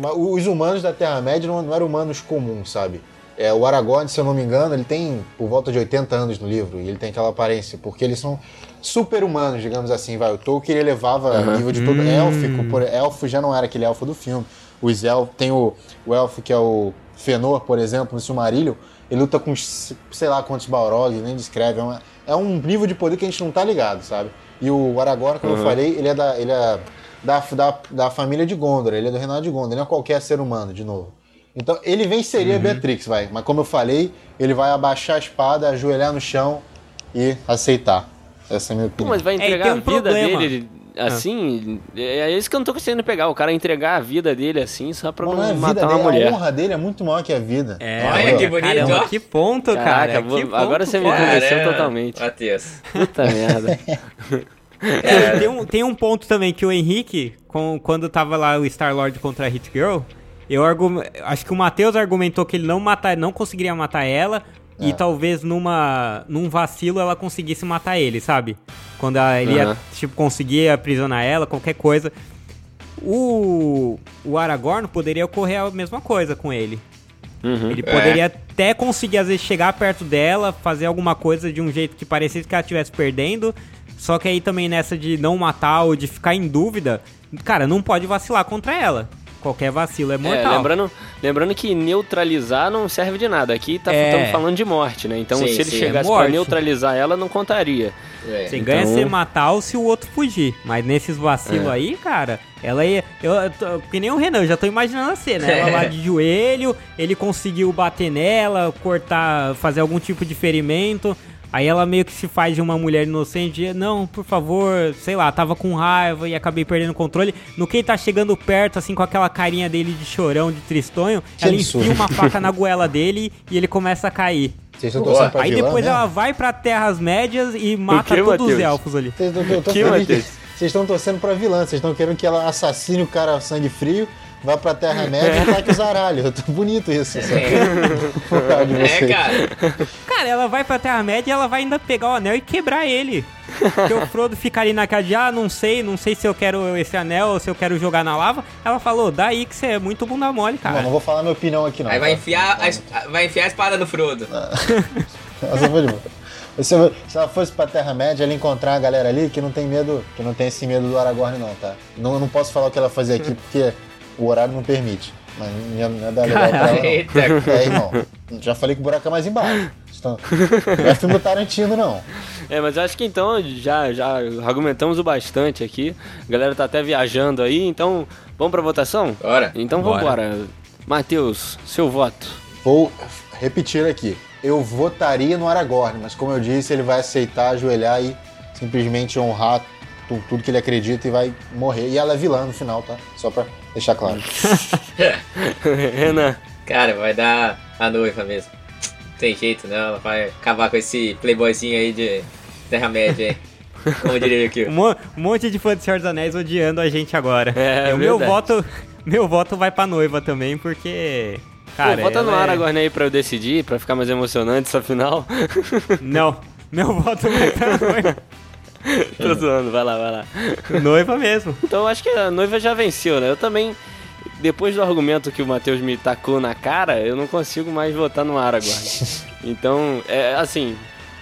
[SPEAKER 4] mas os humanos da Terra-média não, não eram humanos comuns, sabe? É, o Aragorn, se eu não me engano, ele tem por volta de 80 anos no livro, e ele tem aquela aparência, porque eles são super-humanos, digamos assim, vai. O Tolkien ele elevava o nível de todo élfico, por elfo já não era aquele elfo do filme. Os elfos, tem o, o elfo que é o Fenor, por exemplo, no Silmarillion, ele luta com s- sei lá quantos Balrogs, nem descreve, é, uma- é um nível de poder que a gente não tá ligado, sabe? E o Aragorn, como eu falei, ele é da... Ele é da, da, da família de Gondor, ele é do Renato de Gondor, ele não é qualquer ser humano, de novo. Então, ele venceria a Beatrix, vai. Mas como eu falei, ele vai abaixar a espada, ajoelhar no chão e aceitar. Essa é a minha
[SPEAKER 1] Pô,
[SPEAKER 4] opinião.
[SPEAKER 1] mas vai
[SPEAKER 3] É, e tem
[SPEAKER 1] entregar
[SPEAKER 3] um
[SPEAKER 1] a vida
[SPEAKER 3] problema. Ah.
[SPEAKER 1] dele assim? É isso que eu não tô conseguindo pegar. O cara entregar a vida dele assim só pra
[SPEAKER 4] Bom,
[SPEAKER 1] não,
[SPEAKER 4] não é a vida
[SPEAKER 1] matar
[SPEAKER 4] dele,
[SPEAKER 1] uma mulher.
[SPEAKER 4] a honra dele é muito maior que a vida.
[SPEAKER 3] É,
[SPEAKER 2] Olha
[SPEAKER 4] Entendeu?
[SPEAKER 2] que bonito,
[SPEAKER 3] Caramba,
[SPEAKER 2] ó.
[SPEAKER 3] que ponto,
[SPEAKER 1] Caraca,
[SPEAKER 3] cara.
[SPEAKER 1] vou-
[SPEAKER 3] que ponto,
[SPEAKER 1] agora
[SPEAKER 2] Ah,
[SPEAKER 1] você me
[SPEAKER 3] cara.
[SPEAKER 1] convenceu
[SPEAKER 2] Caramba,
[SPEAKER 1] totalmente.
[SPEAKER 2] Matheus.
[SPEAKER 1] Puta merda.
[SPEAKER 3] É, tem, um, tem um ponto também que o Henrique, com- quando tava lá o Star-Lord contra a Hit Girl, eu argu- acho que o Matheus argumentou que ele não, matar, não conseguiria matar ela
[SPEAKER 1] É.
[SPEAKER 3] e talvez numa, num vacilo ela conseguisse matar ele, sabe? Quando a- ele ia
[SPEAKER 1] Aham.
[SPEAKER 3] tipo, conseguir aprisionar ela, qualquer coisa. O, o Aragorn poderia ocorrer a mesma coisa com ele.
[SPEAKER 1] Uhum.
[SPEAKER 3] Ele poderia até conseguir, às vezes, chegar perto dela, fazer alguma coisa de um jeito que parecesse que ela estivesse perdendo. Só que aí também nessa de não matar ou de ficar em dúvida, cara, não pode vacilar contra ela. Qualquer vacilo é
[SPEAKER 1] É,
[SPEAKER 3] mortal.
[SPEAKER 1] lembrando, lembrando que neutralizar não serve de nada. Aqui tá
[SPEAKER 3] É.
[SPEAKER 1] estamos falando de morte, né? Então
[SPEAKER 2] Sim,
[SPEAKER 1] se ele
[SPEAKER 2] sim, é
[SPEAKER 1] chegasse pra
[SPEAKER 3] morte.
[SPEAKER 1] neutralizar ela, não contaria.
[SPEAKER 2] É.
[SPEAKER 3] Você
[SPEAKER 1] Então-
[SPEAKER 3] ganha se matar ou se o outro fugir. Mas nesses
[SPEAKER 4] É.
[SPEAKER 3] vacilos aí, cara, ela ia. Eu, eu tô- que nem o Renan, eu já tô imaginando a cena. Ela
[SPEAKER 4] É.
[SPEAKER 3] lá de joelho, ele conseguiu bater nela, cortar, fazer algum tipo de ferimento. Aí ela meio que se faz de uma mulher inocente. e, Não, por favor, sei lá, tava com raiva e acabei perdendo o controle. No que ele tá chegando perto, assim, com aquela carinha dele de chorão, de tristonho,
[SPEAKER 4] Que
[SPEAKER 3] ela
[SPEAKER 4] absurdo.
[SPEAKER 3] enfia uma faca na goela dele e ele começa a cair.
[SPEAKER 4] Vocês estão torcendo pra
[SPEAKER 3] Aí
[SPEAKER 4] vilã né?
[SPEAKER 3] depois
[SPEAKER 4] mesmo?
[SPEAKER 3] ela vai pra Terras Médias e mata
[SPEAKER 1] quê,
[SPEAKER 3] todos os
[SPEAKER 1] Matheus?
[SPEAKER 3] elfos ali.
[SPEAKER 4] Vocês estão- eu tô
[SPEAKER 1] Que,
[SPEAKER 4] feliz
[SPEAKER 1] Matheus?
[SPEAKER 4] que Vocês estão torcendo pra vilã, vocês estão querendo que ela assassine o cara a sangue frio, vá pra Terra-média e ataque os aralhos. Eu tô bonito isso. Só que...
[SPEAKER 2] É, cara.
[SPEAKER 3] Cara, ela vai pra Terra-média e ela vai ainda pegar o anel e quebrar ele. Porque o Frodo fica ali naquela de, ah, não sei, não sei se eu quero esse anel ou se eu quero jogar na lava. Ela falou, daí que você é muito bunda mole, cara.
[SPEAKER 4] Não, não vou falar minha opinião aqui, não.
[SPEAKER 2] Aí vai
[SPEAKER 4] tá?
[SPEAKER 2] enfiar, a, es- vai enfiar a espada no Frodo.
[SPEAKER 4] Essa foi de boa. Se, eu- se ela fosse pra Terra-média, ela encontrar a galera ali que não tem medo, que não tem esse medo do Aragorn, não, tá? Não, não posso falar o que ela fazia aqui porque o horário não permite. Mas não ia, não ia dar legal pra ela. não.
[SPEAKER 2] Eita.
[SPEAKER 4] É, irmão. Já falei que o buraco é mais embaixo. Então, não é filme do Tarantino, não.
[SPEAKER 1] É, mas eu acho que então já, já argumentamos o bastante aqui. A galera tá até viajando aí, então vamos pra votação?
[SPEAKER 2] Bora.
[SPEAKER 1] Então
[SPEAKER 3] Bora.
[SPEAKER 1] vambora. Matheus, seu voto.
[SPEAKER 4] Vou repetir aqui. Eu votaria no Aragorn, mas como eu disse, ele vai aceitar, ajoelhar e simplesmente honrar tu- tudo que ele acredita e vai morrer. E ela é vilã no final, tá? Só pra deixar claro.
[SPEAKER 1] Renan.
[SPEAKER 2] Cara, vai dar a noiva mesmo. Não tem jeito não, ela vai acabar com esse playboyzinho aí de Terra-média, hein? Como diria aqui.
[SPEAKER 3] Um, mo- um monte de fã de Senhor dos Anéis odiando a gente agora.
[SPEAKER 1] É,
[SPEAKER 3] E o meu
[SPEAKER 1] verdade.
[SPEAKER 3] voto, meu voto vai pra noiva também, porque. Cara,
[SPEAKER 1] Pô, vota no
[SPEAKER 3] ela é-
[SPEAKER 1] Aragorn aí pra eu decidir, pra ficar mais emocionante essa final.
[SPEAKER 3] Não, meu voto vai pra noiva. É.
[SPEAKER 1] Tô zoando, vai lá, vai lá.
[SPEAKER 3] noiva mesmo.
[SPEAKER 1] Então eu acho que a noiva já venceu, né? Eu também, depois do argumento que o Matheus me tacou na cara, eu não consigo mais votar no Aragorn. Então, é assim,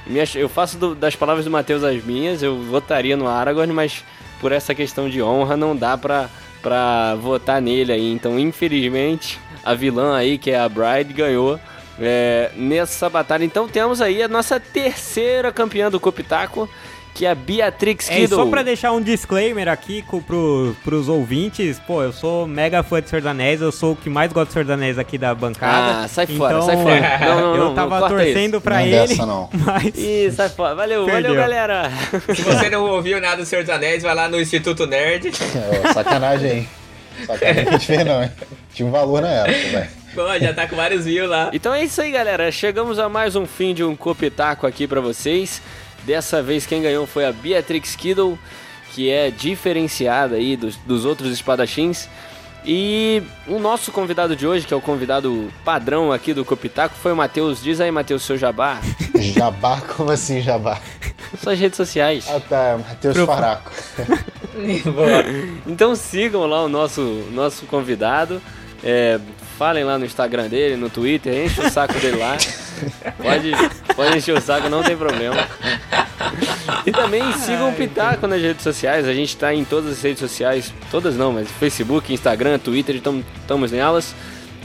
[SPEAKER 1] minhas- eu faço do- das palavras do Matheus as minhas, eu votaria no Aragorn, mas por essa questão de honra não dá pra, pra votar nele aí. Então, infelizmente, a vilã aí, que é a Bride, ganhou. é, nessa batalha. Então temos aí a nossa terceira campeã do Copitaco, que é a Beatrix
[SPEAKER 3] É, e
[SPEAKER 1] Kiddo.
[SPEAKER 3] só pra deixar um disclaimer aqui co- pro, pros ouvintes, pô, eu sou mega fã de Senhor dos Anéis, eu sou o que mais gosta de Senhor dos Anéis aqui da bancada.
[SPEAKER 1] Ah, sai fora,
[SPEAKER 3] Então,
[SPEAKER 1] sai fora. Não, não,
[SPEAKER 3] eu
[SPEAKER 1] não,
[SPEAKER 3] tava
[SPEAKER 1] corta
[SPEAKER 3] torcendo pra
[SPEAKER 4] Não é
[SPEAKER 3] ele,
[SPEAKER 4] dessa, não.
[SPEAKER 3] mas...
[SPEAKER 1] Ih, sai fora. Valeu,
[SPEAKER 3] Perdeu.
[SPEAKER 1] valeu, galera.
[SPEAKER 2] Se você não ouviu nada do Senhor dos Anéis, vai lá no Instituto Nerd.
[SPEAKER 4] É, ó, sacanagem, hein? Sacanagem que a gente fez, não, hein? Tinha um valor na época, velho.
[SPEAKER 2] Pô, já tá com vários views lá.
[SPEAKER 1] Então é isso aí, galera. Chegamos a mais um fim de um Copitaco aqui pra vocês. Dessa vez quem ganhou foi a Beatrix Kiddo, que é diferenciada aí dos, dos outros espadachins. E o nosso convidado de hoje, que é o convidado padrão aqui do Copitaco, foi o Matheus. Diz aí, Matheus, seu jabá,
[SPEAKER 4] Jabá, como assim jabá?
[SPEAKER 1] suas redes sociais.
[SPEAKER 4] Ah, tá, Matheus
[SPEAKER 3] Pro-
[SPEAKER 4] Faraco.
[SPEAKER 2] Boa.
[SPEAKER 1] Então sigam lá o nosso, nosso convidado. É, falem lá no Instagram dele, no Twitter, enche o saco dele lá. Pode, pode encher o saco, não tem problema. E também sigam o Pitaco nas redes sociais. A gente tá em todas as redes sociais, todas não, mas Facebook, Instagram, Twitter, estamos nelas.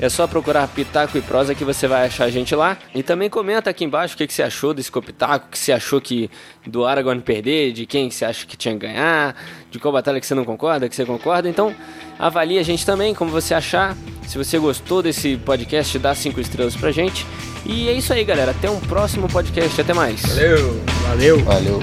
[SPEAKER 1] É só procurar Pitaco e Prosa que você vai achar a gente lá. E também comenta aqui embaixo o que, que você achou desse Copitaco, o que você achou que do Aragorn perder, de quem você acha que tinha que ganhar, de qual batalha que você não concorda, que você concorda. Então, avalie a gente também, como você achar. Se você gostou desse podcast, dá cinco estrelas pra gente. E é isso aí, galera. Até um próximo podcast. Até mais.
[SPEAKER 2] Valeu.
[SPEAKER 3] Valeu.
[SPEAKER 4] Valeu.